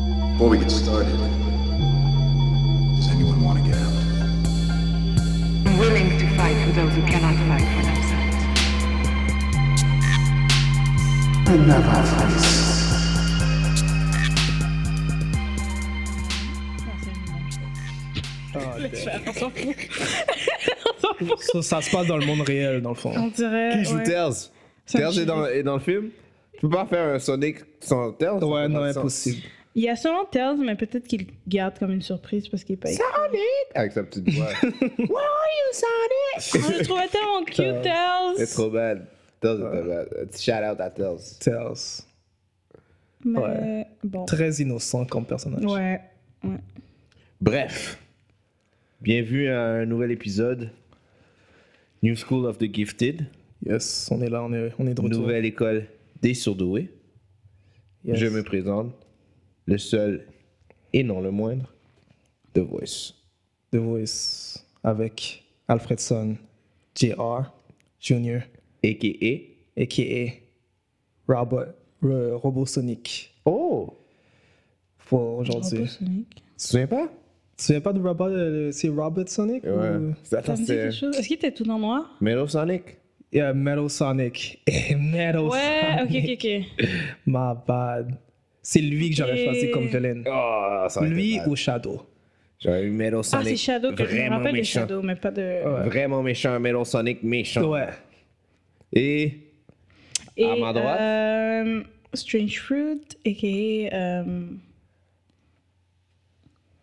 Before we get started, does anyone want to get out? I'm willing to fight for those who cannot fight for themselves. Ça, ça se passe dans le monde réel, dans le fond. On dirait. Qui joue ouais. Tails? Ça me Tails est gêne. dans, est dans le film? Tu peux pas faire un Sonic sans Tails? Ouais, non, Sans- impossible. Il y a sûrement Tails, mais peut-être qu'il le garde comme une surprise parce qu'il est pas écrit. Ah, Avec sa petite voix. On le trouvait tellement cute, Tails! C'est trop bad. Tails était bad. Un petit Shout-out à Tails. Tails. Mais Ouais. bon. Très innocent comme personnage. Ouais. Bref, bienvenue à un nouvel épisode. New School of the Gifted. Yes, on est là, on est, on est de retour. Nouvelle école des surdoués. Yes. Je me présente, le seul et non le moindre, The Voice. The Voice avec Alfredson, J.R. Jr., A.K.A. a.k.a. Robot, Ro- Robosonic Oh! pour Robot aujourd'hui. Tu Sonic. Tu te souviens pas? te souviens pas de Robot, euh, c'est Robot Sonic ou... C'est- Euh, Ça Attends, me dit c'est quelque chose. Est-ce qu'il était tout dans le noir? Metal Sonic? Yeah, Metal Sonic. Eh, Metal Ouais, ok, Sonic. ok, ok. My bad. C'est lui que j'aurais Et- choisi comme vilain. Oh, ça aurait été Lui bad. ou Shadow J'aurais eu Metal Ah, Sonic. c'est Shadow que je me vraiment rappelle de méchant. Shadow, mais pas de. Ouais. Vraiment méchant, Metal Sonic méchant. Ouais. Et Et, À ma droite. euh, Strange Fruit, a.k.a. euh,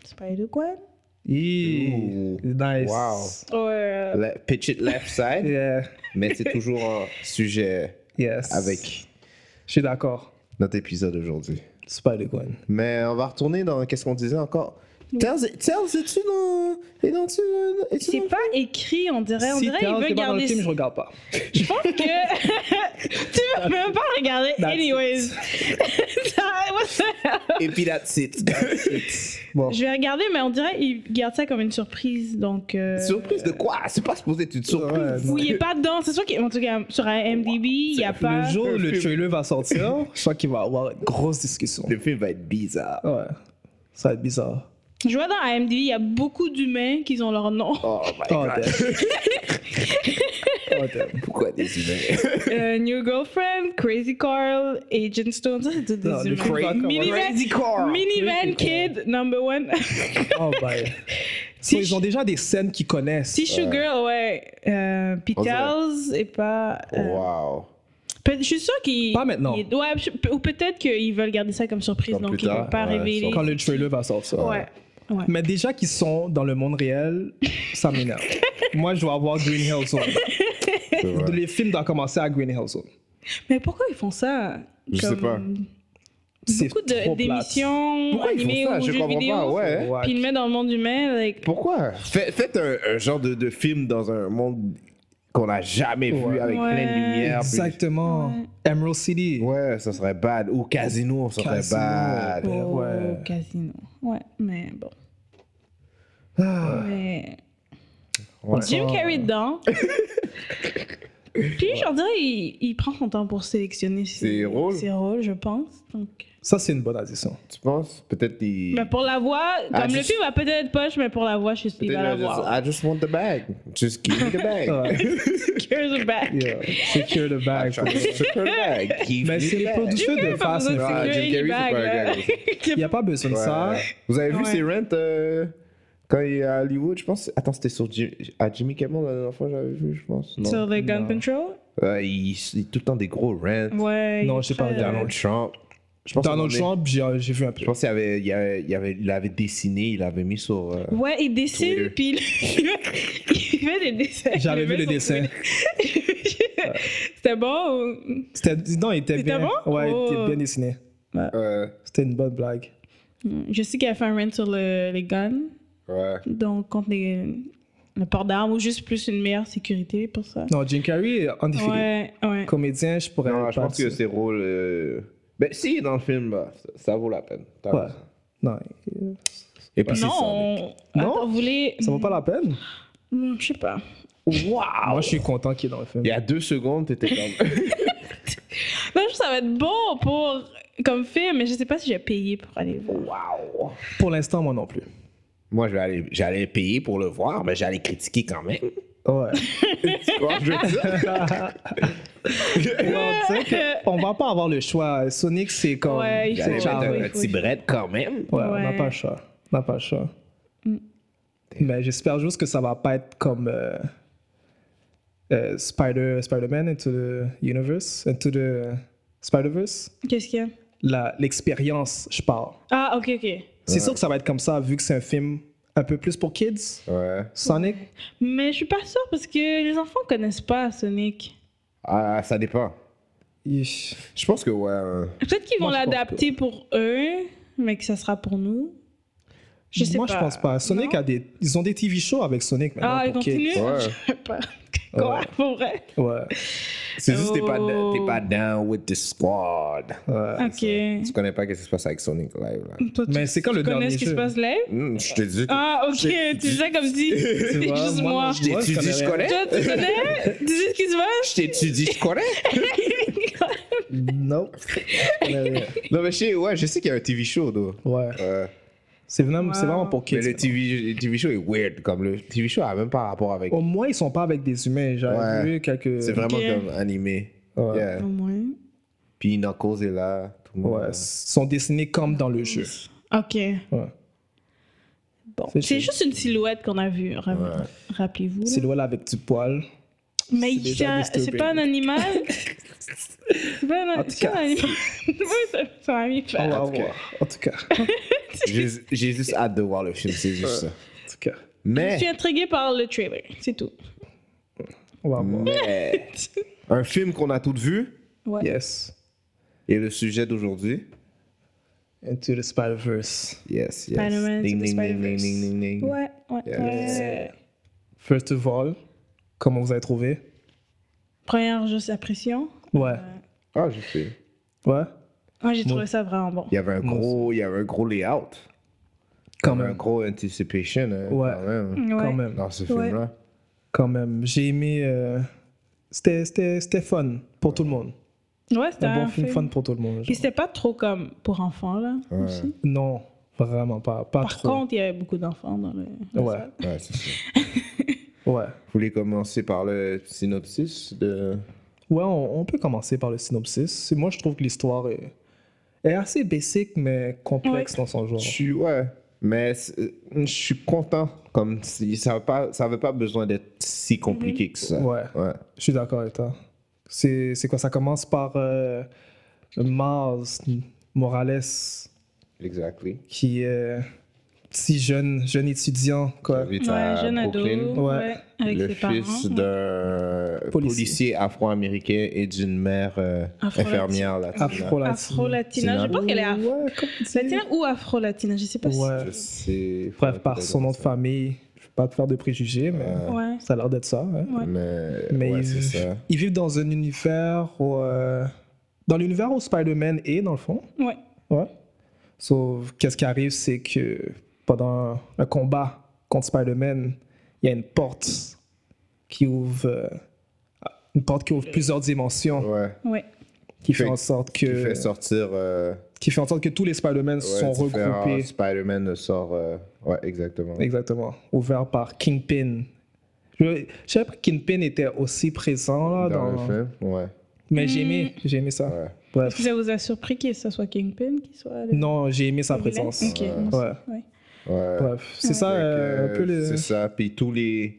Spider-Gwen. Ooh. Ooh. Nice. Wow. Or, euh, le pitch it left side, Yeah. mais c'est toujours un sujet Yes. avec Je suis d'accord. notre épisode aujourd'hui. Spider-Gwen. Mais on va retourner dans qu'est-ce qu'on disait encore. Tails, Tails, es-tu dans. Es dans tu, es-tu dans- c'est pas écrit, on dirait. On si dirait Tails il veut est pas dans le garder. film, je regarde pas. Je pense que tu veux même pas regarder, That's it. anyways. Ça- what the hell? Et puis that's it. That's it. Bon. Je vais regarder, mais on dirait qu'il garde ça comme une surprise, donc. euh, surprise de quoi C'est pas supposé être une surprise. Ouais, non. Où il est pas dedans, c'est sûr qu'en tout cas sur IMDb, il y a pas. Le jour où le film. trailer va sortir, je crois qu'il va y avoir une grosse discussion. Le film va être bizarre. Ouais. Ça va être bizarre. Je vois dans IMDb, il y a beaucoup d'humains qui ont leur nom. Oh my Oh, god. damn. oh, damn. Pourquoi des humains Euh, New Girlfriend, Crazy Carl, Agent Stone, ça c'est tous des Non, le humains. cra- Minivan, Carl. Minivan Kid, number one. Oh, bye. Si So, ils je- ont déjà des scènes qu'ils connaissent. Tissue Girl, ouais. Euh, puis On dirait. Tails et pas. euh, Wow. peut- Je suis sûre qu'ils. Pas maintenant. ils- ouais, je- ou peut-être qu'ils veulent garder ça comme surprise, Comme donc plus ils tard, veulent pas ouais, révéler. Quand le trailer va sortir. Ouais. ouais. Mais déjà qu'ils sont dans le monde réel, ça m'énerve. Moi, je dois avoir Green Hill Zone. C'est vrai. Les films doivent commencer à Green Hill Zone. Mais pourquoi ils font ça Je sais pas. C'est Beaucoup trop de- plate. d'émissions Pourquoi ils font animées ça? ou Je jeux comprends vidéo. pas, ouais. Wack. Puis ils le mettent dans le monde humain. Like, Pourquoi Fait- Faites un, un genre de, de film dans un monde qu'on n'a jamais vu Ouais. avec Ouais. plein de lumière. puis- Exactement. Emerald City. Ouais, ça serait bad. Ou Casino, ça serait Casino. bad. Ouais. au casino. Ouais, mais bon. Mais... Ah. Ouais. Oh. Ah. Jim Carrey dedans. Puis j'en dirais, il, il prend son temps pour sélectionner ses, Ses rôles. ses rôles, je pense. Donc. Ça, c'est une bonne addition. Tu penses Peut-être il. Mais pour la voix, comme Ah, le juste- film va peut-être être poche, mais pour la voix, je suis Peut-être il va il va l'avoir. juste- I just want the bag. Just give me the bag. Ouais. Here's a back. yeah. Secure the I bag. try to secure the bag. Give Mais me c'est the les bag. producteurs de Pas Fast besoin de and Furious. Ouais, sécuriser Jim les Carrey, c'est pas un bagues, Il n'y a pas besoin de Ouais. ça. Vous avez vu Ouais. ses rents euh, quand il est à Hollywood, je pense. Attends, c'était sur Jim- à Jimmy Kimmel la dernière fois, j'avais vu, je pense. Non. là. Sur le gun Non. control. Euh, il, il est tout le temps des gros rents. Ouais. Non, il euh, est j'ai pas très- regardé. Donald Trump. Je pense Donald qu'on en est- Trump, j'ai j'ai vu un Je peu. pense qu'il avait, il avait, il avait, il avait dessiné, il avait mis sur. euh, Ouais, il dessine, Twitter. puis il... il fait des dessins. J'avais Il vu le sur dessin. Twitter. C'était bon ou... C'était- Non, il était C'était bien. bon? Ouais, il Oh. était bien dessiné. euh, C'était une bonne blague. Je sais qu'il a fait un rant sur le- les guns, ouais. donc contre les, le port d'armes ou juste plus une meilleure sécurité pour ça. Non, Jim Carrey, undefeated. Ouais, ouais. Comédien, je pourrais Non, pas je pense dire. que ses rôles. euh, Ben, si, dans le film, bah, ça, ça vaut la peine. T'as Ouais. raison. Non, Et puis, c'est Sonic. Non, on... Non? Attends, vous voulez. ça vaut pas la peine. Hmm, Je sais pas. Ah. Moi, je suis content qu'il est dans le film. Il y a deux secondes, t'étais comme. Ben, je trouve que ça va être bon pour comme film, mais je sais pas si j'ai payé pour aller le voir. Wow! Pour l'instant, moi non plus. Moi, je vais aller- j'allais payer pour le voir, mais j'allais critiquer quand même. Ouais. Tu vois, je veux dire. Non, tu sais Euh, que on va pas avoir le choix. Sonic, c'est comme. Ouais, il faut- J'allais c'est genre- mettre oui, un, oui, un petit oui. bread quand même. Ouais, on n'a Ouais. Mm. pas le choix. On n'a pas le choix. Mais j'espère juste que ça va pas être comme euh, euh, Spider, Spider-Man Into the Universe, Into the Spider-Verse. Qu'est-ce qu'il y a La- L'expérience, je parle. Ah, ok, ok. C'est sûr que ça va être comme ça, vu que c'est un film un peu plus pour kids. Ouais. Sonic, Mais je suis pas sûre parce que les enfants connaissent pas Sonic. Ah, ça dépend. ich- Je pense que, ouais. euh, Peut-être qu'ils vont Moi, je pense l'adapter pour eux, mais que ça sera pour nous. Je sais moi pas. je pense pas. Sonic Non? a des, ils ont des TV shows avec Sonic maintenant Ah, ils pour continuent kids. Ouais. Je sais pas. Quoi Ouais. Pour vrai Ouais, C'est juste que t'es pas, Oh. t'es pas down with the squad. ouais. Ok. Tu connais pas ce qui se passe avec Sonic Live, là. Toi, tu- Mais c'est quand tu le connais dernier ce qui jeu? se passe là Hmm, je te dis. Ah, ok. Tu dis ça comme si c'est Tu vois, juste moi, moi. non, Je t'ai- tu dis, je rien. connais. Toi, tu connais Tu sais ce qui se Je t'ai- tu dis, je connais. passe Non. Ouais, non, mais je sais, ouais, je sais qu'il y a un TV show, though. ouais. Ouais. C'est vraiment, c'est vraiment pour kids. Mais le TV, le TV show est weird. Comme le TV show a même pas rapport avec. Au moins, ils sont pas avec des humains. J'avais Ouais. vu quelques. C'est vraiment Ok. comme animé. Ouais. Yeah. Au moins. Puis Knuckles est là. Tout le monde. Ouais, ils sont dessinés comme dans le jeu. Ok. Ouais. Bon. C'est C'est chill. juste une silhouette qu'on a vue. ra- Ouais. Rappelez-vous. là. C'est là avec du poil. Mais C'est il- c'est déjà un- disturbing. c'est pas un animal. C'est pas un, En tout c'est cas. Ah un animal. Oui, ça- ça m'a mis On peur. va Bah, en tout cas. voir. En tout cas. J'ai j'ai juste hâte de voir le film, c'est juste ça. En tout cas. Je suis Mais, intriguée par le trailer, c'est tout. On Mm. va voir. mais un film qu'on a tous vu Ouais. Yes. et le sujet d'aujourd'hui. Into the Spider-Verse. Yes, yes. Spider-Man, Ding, c'est ding, le ding, ding, ding, ding, ding. Ouais, ouais, Euh, Yes. ouais. First of all, comment vous avez trouvé Première juste impression. Ouais. Ah, je sais. Ouais. Moi, j'ai Moi- trouvé ça vraiment bon. Il y avait un Moi gros, il y avait un gros layout. Quand Un même. gros anticipation. hein, Ouais. Quand même. Ouais. Quand même. Dans ce Ouais. film-là. Quand même. J'ai aimé. euh, C'était c'était- c'était fun pour tout le monde. Ouais, c'était Un un bon film fun pour tout le monde. Puis genre. c'était pas trop comme pour enfants, là. aussi. Non, vraiment pas. Pas Par trop. contre, il y avait beaucoup d'enfants dans le. dans Ouais. ça. Ouais, c'est ça. Ouais. Vous voulez commencer par le synopsis de. Ouais, on, on peut commencer par le synopsis. Et Moi, je trouve que l'histoire est, est assez basique, mais complexe dans son genre. Je suis, ouais. Mais c'est- je suis content. Comme si ça n'avait pas, ça avait pas besoin d'être si compliqué que ça. Ouais. Ouais. Je suis d'accord avec toi. C'est c'est quoi Ça commence par euh, Mars Morales, Exactly. qui est petit jeune, jeune étudiant, quoi. J'habite Ouais, à jeune ado. Ah, Brooklyn. Ouais. Ouais, avec le ses fils parents. d'un policier, Policier. afro-américain et d'une mère euh, Afro-latine. infirmière latine. Afro-latin. Afro-latina. Je pense qu'elle est afro. Ouais, comme tu dis. Latina ou afro-latina, je sais pas si. Ouais. Je sais pas Bref, par son nom de famille, je ne vais pas te faire de préjugés, mais Euh. Ouais. ça a l'air d'être ça. hein. Ouais. Mais, Mais Euh, ouais, ils, c'est ça. ils vivent dans un univers où, euh, dans l'univers où Spider-Man est, dans le fond. Ouais. Ouais. Sauf qu'est-ce qui arrive, c'est que pendant un combat contre Spider-Man, il y a une porte qui ouvre. euh, une porte qui ouvre plusieurs dimensions, Ouais. Ouais. qui fait Fait- en sorte Qui fait que. sortir euh, Qui fait en sorte que tous les Spider-Man ouais, sont différents regroupés. Spider-Man sort. euh, ouais, exactement. Exactement. Ouvert par Kingpin. Je je savais pas que Kingpin était aussi présent là, dans le Ah, dans- film. Ouais. Mais j'ai aimé, j'ai aimé ça. Ouais. Est-ce Bref. que ça vous a surpris que ce soit Kingpin qui soit. le- Non, j'ai aimé sa le vilain présence. Ok. Ouais. Ouais. ouais. Bref. C'est ça Fait que, euh, un peu le. C'est ça. Puis tous les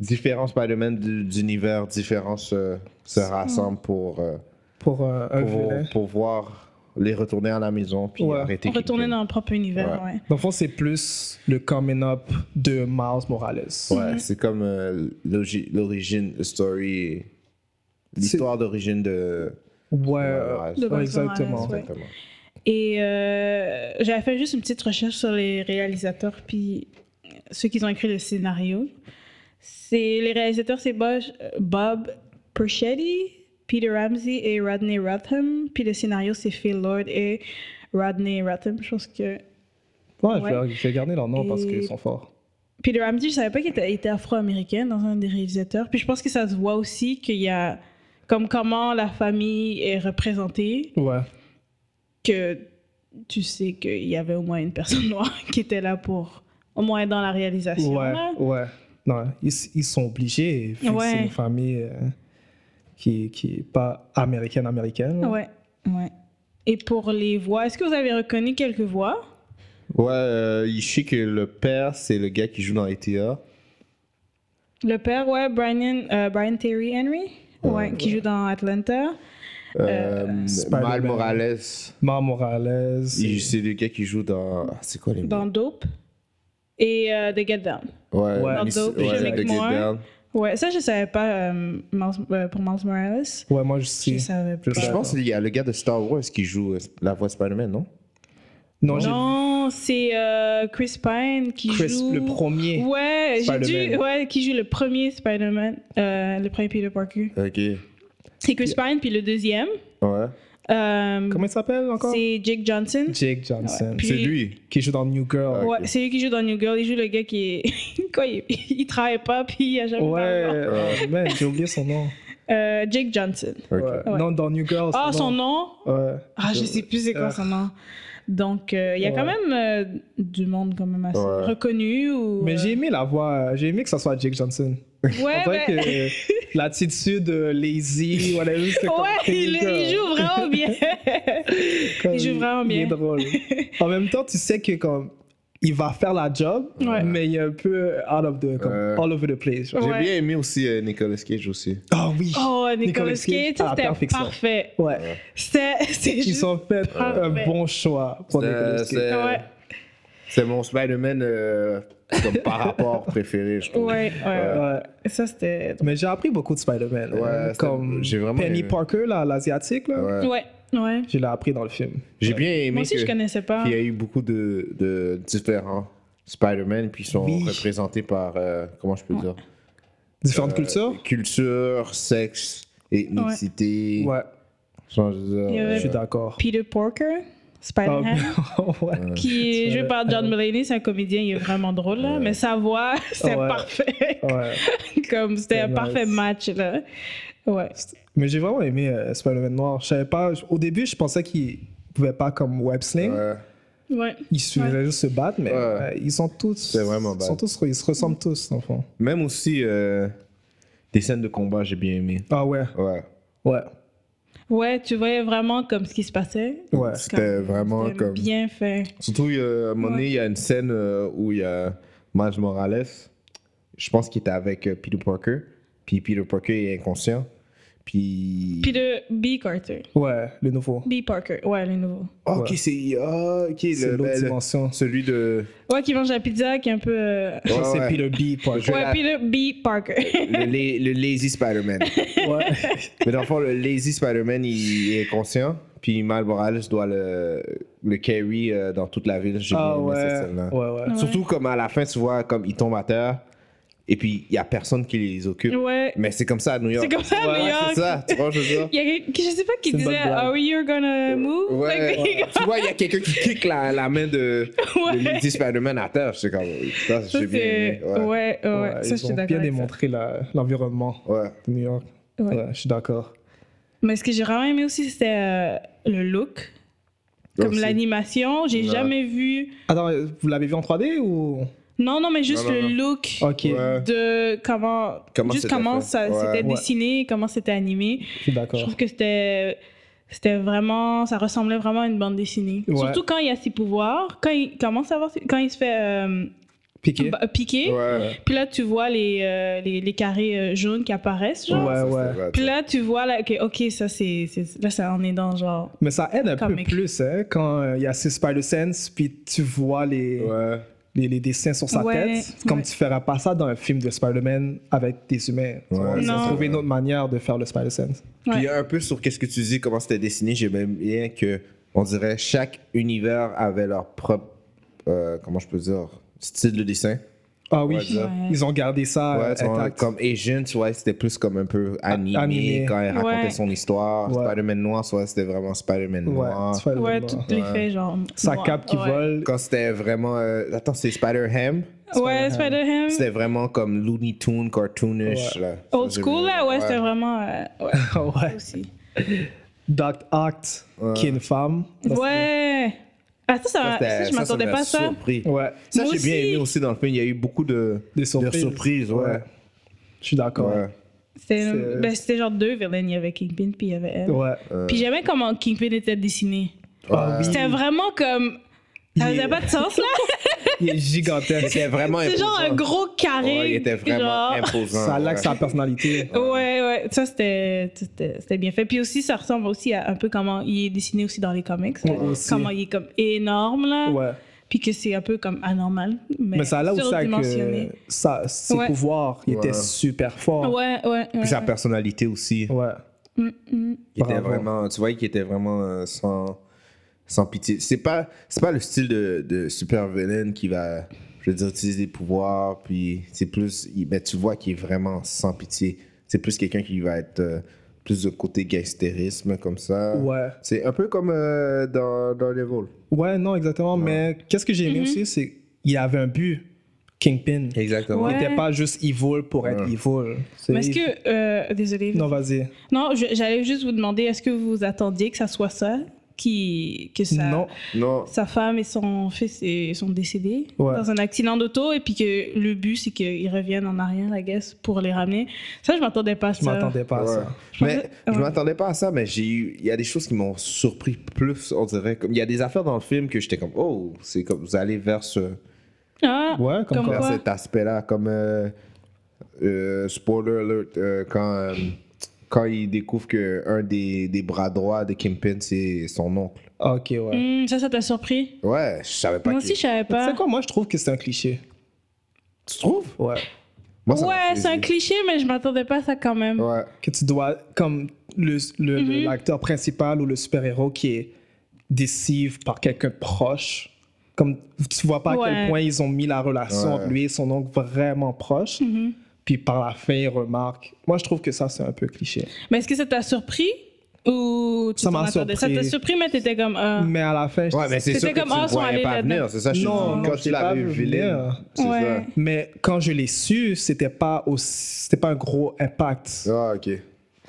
différents Spider-Man du- d'univers différents se, se rassemblent pour, euh, Pour euh, un pour, vilain. pour voir les retourner à la maison puis Ouais. arrêter. On retournait Kingpin. dans leur propre univers, ouais. Dans le fond, c'est plus le coming up de Miles Morales. Ouais, c'est comme euh, l'ogi- l'origine, le story, l'histoire d'origine de. Ouais, Morales. De Miles exactement. Morales, ouais. Exactement. Et euh, j'avais fait juste une petite recherche sur les réalisateurs puis ceux qui ont écrit le scénario. C'est les réalisateurs, c'est Bob, Bob Perchetti, Peter Ramsey et Rodney Rotham. Puis le scénario, c'est Phil Lord et Rodney Rotham. Je pense que Ouais, je vais- Ouais. je vais garder leur nom parce Et- qu'ils sont forts. Peter Ramsey, je savais pas qu'il était, il était afro-américain dans un des réalisateurs. Puis je pense que ça se voit aussi qu'il y a comme comment la famille est représentée. Ouais. que tu sais qu'il y avait au moins une personne noire qui était là pour, au moins dans la réalisation. Ouais, là. ouais. Non, ils, ils sont obligés. vu que hein? Ouais. C'est une famille euh, qui n'est qui est pas américaine-américaine. Ouais, ouais. Et pour les voix, est-ce que vous avez reconnu quelques voix Ouais, euh, il- je sais que le père, c'est le gars qui joue dans E ETA. Le père, ouais, Brian, euh, Brian Terry Henry, ouais, qui joue dans Atlanta. Euh, Spider-Man. Mal Morales. Mar Morales. il- C'est le gars qui joue dans. ah, C'est quoi les dans Dope et euh, The Get Down. Ouais, Ouais. Dans Miss- Dope, ouais, Jimmy The Get Moore. Down. Ouais, ça je savais pas euh, Miles- euh, pour Miles Morales. Ouais, moi je Je sais. savais Je pas. Je pense qu'il y a le gars de Star Wars qui joue euh, la voix de Spider-Man, non Non, j'ai Non, c'est euh, Chris Pine qui Chris, joue le premier. Ouais, j'ai dû, Spider-Man. ouais, qui joue le premier Spider-Man, euh, le premier Peter Parker. Ok. C'est Chris Pine puis le deuxième. Ouais. euh, Comment il s'appelle encore c'est Jake Johnson. Jake ah, Johnson. Ouais, puis- C'est lui. Qui joue dans New Girl. Ouais, ok. c'est lui qui joue dans New Girl. Il joue le gars qui est. Quoi, il, il travaille pas, puis il a jamais. Ouais, d'argent. euh, man, j'ai oublié son nom. Euh, Jake Johnson. Ok. Ouais. Non, dans New Girl. Ah, son nom Ouais. Ah, je sais plus c'est quoi Ah. son nom. Donc, euh, il y a quand Ouais. même euh, du monde quand même assez Ouais. reconnu. Ou, Mais j'ai aimé la voix, euh, j'ai aimé que ça soit Jake Johnson. Ouais, On dirait ben- que l'attitude euh, lazy, whatever, c'est comme Ouais, King il, il Girl. joue vraiment bien. Comme, il joue vraiment Il est bien. drôle. En même temps, tu sais que comme il va faire la job, Ouais. mais il est un peu out of the, comme, Ouais. all over the place. genre. J'ai Ouais. bien aimé aussi euh, Nicolas Cage aussi. Ah oui. Oh, Nicolas Cage, à la c'était perfection. parfait. Ouais. C'est c'est juste. Ils ont fait un Parfait. bon choix pour Nicolas Cage. C'est Ouais. c'est mon Spider-Man euh, comme par rapport préféré, je trouve. Ouais, ouais. Ouais. Ça, c'était. Mais j'ai appris beaucoup de Spider-Man. Ouais, hein, c'était- comme j'ai vraiment Penny aimé. Parker, là, l'asiatique, là. Ouais. Ouais, ouais. Je l'ai appris dans le film. J'ai bien aimé Moi aussi, que- je qu'il connaissais pas. y a eu beaucoup de, de différents Spider-Man puis ils sont Oui. représentés par euh, comment je peux dire Différentes Euh, cultures. culture, sexe, ethnicité. Ouais, Genre, je veux Il y dire, avait- je suis euh, d'accord. Peter Parker, Ah, Spider-Man. ouais. qui est Tu joué vois, par John Mulaney, c'est un comédien, il est vraiment drôle, là, mais sa voix, c'était Ouais. parfait. ouais. Comme c'était un Nice. parfait match, là. Ouais. Mais j'ai vraiment aimé euh, Spider-Man Noir. Je savais pas. Au début, je pensais qu'il pouvait pas comme web sling. euh, ouais. Ouais. Ils suffisaient juste se battre, mais Ouais. euh, ils sont tous. C'est vraiment ils, sont bad. tous ils se ressemblent tous, dans le fond. Même aussi euh, des scènes de combat, j'ai bien aimé. Ah ouais, Ouais. ouais. Ouais, tu voyais vraiment comme ce qui se passait. Ouais. C'était vraiment C'était comme. bien fait. Surtout, il y a- à un moment donné, il y a une scène euh, où il y a Miles Morales, je pense qu'il était avec euh, Peter Parker, puis Peter Parker est inconscient, puis... Peter B. Carter. Ouais, le nouveau. B. Parker. Ouais, le nouveau. Ah, ok, c'est... ah, ok, C'est le, l'autre ben, le- dimension. celui de... Ouais, qui mange la pizza, qui est un peu. euh, Je Ouais, pense que ouais. c'est Peter B. Parker. Ouais, Peter B. Parker. Le, la- le lazy Spider-Man. Ouais. Mais dans le fond, le lazy Spider-Man, il est inconscient, puis Miles Morales doit le, le carry euh, dans toute la ville. J'ai Ah bien aimé cette ouais. scène-là. Ouais, ouais. Ouais. Surtout comme à la fin, tu vois, comme ils tombent à terre, et puis il y a personne qui les occupe. ouais. Mais c'est comme ça à New York. C'est comme ça à Ouais, New York. C'est ça, tu vois, je veux dire. Il y a quelqu'un- je sais pas qui C'est une bonne disait blague. Are you gonna move? Ouais, Like, ouais. tu vois, il y a quelqu'un qui kick la, la main de, Ouais. de Lady Spider-Man à terre. C'est comme, ça, ça, j'ai bien c'est- aimé. Ouais, Ouais. ouais, Ouais, ça, je ils suis ont d'accord. bien avec ça. démontré la- l'environnement ouais. de New York. Ouais. Ouais, je suis d'accord. Mais ce que j'ai vraiment aimé aussi, c'était euh, le look. Comme Aussi. l'animation, j'ai Ouais. jamais vu. Attends, euh, vous l'avez vu en 3D ou. Non, non, mais juste Non, le non, non. look Ok, Ouais. de comment. Comment juste c'était comment fait. ça Ouais. c'était Ouais. dessiné, comment c'était animé. je suis Je d'accord. trouve que c'était. C'était vraiment. Ça ressemblait vraiment à une bande dessinée. Ouais. Surtout quand il a ses pouvoirs, quand il commence à avoir. ses- Quand il se fait euh, Piqué. ba- piquer. Ouais. Puis là, tu vois les, euh, les, les carrés euh, jaunes qui apparaissent. Genre. Ouais, ça, ouais. c'était vrai, Puis ça. là, tu vois, là, ok, ok, ça, c'est. c'est- Là, ça, on est dans genre. Mais ça aide un Comic. peu plus hein, quand euh, il y a ces Spider-Sense, puis tu vois les, Ouais. les, les dessins sur sa Ouais, tête. Comme ouais. tu feras pas ça dans un film de Spider-Man avec des humains. tu vois. Ils Non. ont trouvé une autre manière de faire le Spider-Sense. Puis Ouais. un peu sur qu'est-ce que tu dis, comment c'était dessiné, j'ai même bien que, on dirait, chaque univers avait leur propre, euh, comment je peux dire, style de dessin. Ah oui, Ouais, ça. Ouais. ils ont gardé ça Ouais, euh, tu vois, intact. comme Agent, ouais, c'était plus comme un peu animé, animé. quand il racontait Ouais. son histoire. Ouais. Spider-Man noir, soit c'était vraiment Spider-Man Ouais, noir. Spider-Man Ouais, noir. tout l'effet, genre. Sa noir. cape qui Ouais. vole. Quand c'était vraiment. euh, attends, c'est Mm. Spider-Ham. Ouais, Spider-Ham. C'était vraiment comme Looney Tune, cartoonish. Ouais. Là. Old Ça, j'ai school, vu. là, ouais, c'était vraiment. euh, ouais, ouais. aussi. Doc Oct, qui est une femme. Ça, Ouais. Ah, ça, ça, ça, je m'attendais pas à ça. c'est- Ouais, Ça, Moi j'ai bien aussi. aimé aussi dans le film. Il y a eu beaucoup de, Des de surprises. surprises, ouais. Ouais. je suis d'accord. Ouais. C'était C'est- ben, c'était genre deux villains. Il y avait Kingpin, puis il y avait elle. Ouais. Euh, Puis j'aimais comment Kingpin était dessiné. Ah oui, C'était vraiment comme. Ça faisait Yeah. pas de sens, là. il est gigantesque. C'était vraiment C'est genre un imposant. gros carré. Ouais, il était vraiment genre. imposant. Ça a ouais. sa personnalité. Ouais, ouais. Ça, c'était c'était- c'était bien fait. Puis aussi, ça ressemble aussi à un peu comment il est dessiné aussi dans les comics. Ouais, aussi. Comment il est comme énorme, là. Ouais. Puis que c'est un peu comme anormal. Mais, Mais ça a là aussi avec surdimensionné. euh, ça, ses Ouais. pouvoirs. Il Ouais. était super fort. Ouais, ouais, ouais. Oh, Puis sa ouais. personnalité aussi. Ouais. Mm, mm. Il était Bravo. vraiment, tu vois, qu'il était vraiment euh, sans, sans pitié. C'est pas, c'est pas le style de, de super villain qui va, je veux dire, utiliser des pouvoirs, puis c'est plus, il- mais tu vois qu'il est vraiment sans pitié. C'est plus quelqu'un qui va être euh, plus de côté gangstérisme, comme ça. Ouais. C'est un peu comme euh, dans, dans les rôles. Ouais, non, exactement. Mais qu'est-ce que j'ai Mm-hmm. aimé aussi, c'est qu'il avait un but, Kingpin. Exactement. Il Ouais. n'était pas juste evil pour être evil. C'est- Mais est-ce que. euh, désolé. Non, vas-y. Non, je- j'allais juste vous demander, est-ce que vous attendiez que ça soit ça qui, que ça, Non. Non, sa femme et son fils et- sont décédés Ouais. dans un accident d'auto et puis que le but c'est qu'ils reviennent en arrière, I guess, pour les ramener. Ça, je m'attendais pas à Je ça. m'attendais pas à Ouais. ça. Je Mais pensais- je ouais. m'attendais pas à ça, mais j'ai eu. Il y a des choses qui m'ont surpris plus, on dirait. Comme, il y a des affaires dans le film que j'étais comme, oh, c'est comme vous allez vers ce, Ah, Ouais, comme Comme quoi. vers Quoi? cet aspect-là, comme euh, euh, spoiler alert, euh, quand euh, quand il découvre que un des, des bras droits de Kimpin c'est son oncle. Ok, ouais. Hmm, ça, ça t'a surpris Ouais, je savais pas. Moi que- aussi, je savais Tu sais pas. quoi, moi, je trouve que c'est un cliché. Tu trouves Ouais. Moi, ça m'a Ouais, fait c'est un plaisir. cliché, mais je m'attendais pas à ça quand même. Ouais. que tu dois, comme le- le- le- Mhm. l'acteur principal ou le super-héros qui est décive par quelqu'un proche, comme tu vois pas à quel Ouais. point ils ont mis la relation Ouais. entre lui et son oncle vraiment proche, Mhm. puis par la fin, il remarque. Moi, je trouve que ça, c'est un peu cliché. Mais est-ce que ça t'a surpris ou tu Ça t'en m'a attendais Ça surpris. t'a surpris, mais t'étais comme. ah. Mais à la fin, je Ouais, mais c'est C'était sûr que tu comme, ah, le ils sont voyais allés pas là-dedans. venir, c'est ça. Je te Non, dis, non, quand je tu l'ai pas l'avais vu vilain, venir. c'est Ouais. Mais quand je l'ai su, c'était pas, aussi- c'était pas un gros impact. ça. Ah, ok.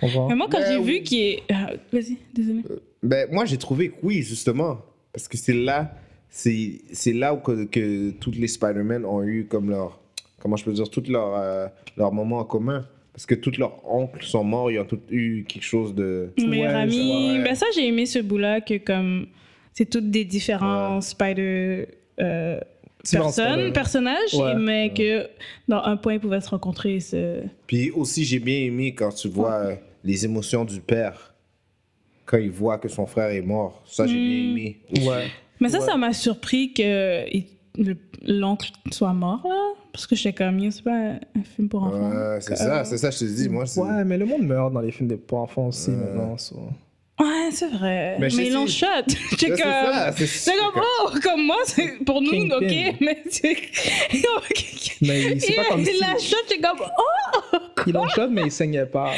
On voit. Mais moi, quand Ben j'ai oui. vu qu'il est. Ah, Vas-y, désolé. Ben, moi, j'ai trouvé que oui, justement. Parce que c'est là, c'est c'est là où que, que toutes les Spider-Man ont eu comme leur, comment je peux dire, toutes leurs euh, leurs moments en commun. Parce que tous leurs oncles sont morts, ils ont tous eu quelque chose de... Mon meilleur Ouais, ami. je- ouais. Ben ça, j'ai aimé ce bout-là que comme c'est toutes des différents Spider euh, Différents Spider. personnes, personnages, Ouais. mais que dans un point ils pouvaient se rencontrer. ce- Puis aussi, j'ai bien aimé quand tu vois euh, les émotions du père, quand il voit que son frère est mort. Ça, j'ai bien aimé. Ouais. Mais ça, Ouais. ça m'a surpris que il- le- l'oncle soit mort là, parce que j'étais comme, Yo, c'est pas un, un film pour enfants. Ouais, c'est ça, c'est ça, je te dis, moi, c'est... Ouais, mais le monde meurt dans les films de pour enfants aussi maintenant. so. Ouais, c'est vrai. Mais Mais, je sais- ils l'ont shot. J'étais Ouais, c'est ça, comme. c'est- J'étais comme, oh, comme moi, c'est- pour nous, Kingpin. ok, mais c'est. Mais c'est pas comme il si. l'a shot, j'étais comme, oh! Il en shot, mais il saignait pas.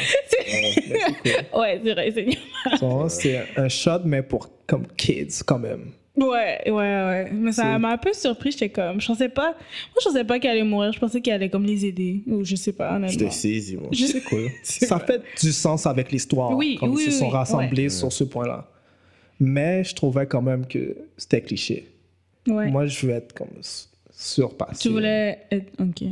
Ouais, c'est vrai, c'est Son, c'est un shot, mais pour comme kids quand même. Ouais, ouais, ouais. Mais C'est- ça m'a un peu surpris. J'étais comme, je pensais pas. Moi, je pensais pas qu'elle allait mourir. Je pensais qu'elle allait comme les aider. Ou je sais pas, Je te honnêtement. saisis, moi. Je- C'est cool. Ça fait du sens avec l'histoire. Oui, comme oui, ils se oui, sont oui, rassemblés sur ce point-là. Mais je trouvais quand même que c'était cliché. Ouais. Moi, je veux être comme s- surpassé. tu voulais être. Ok.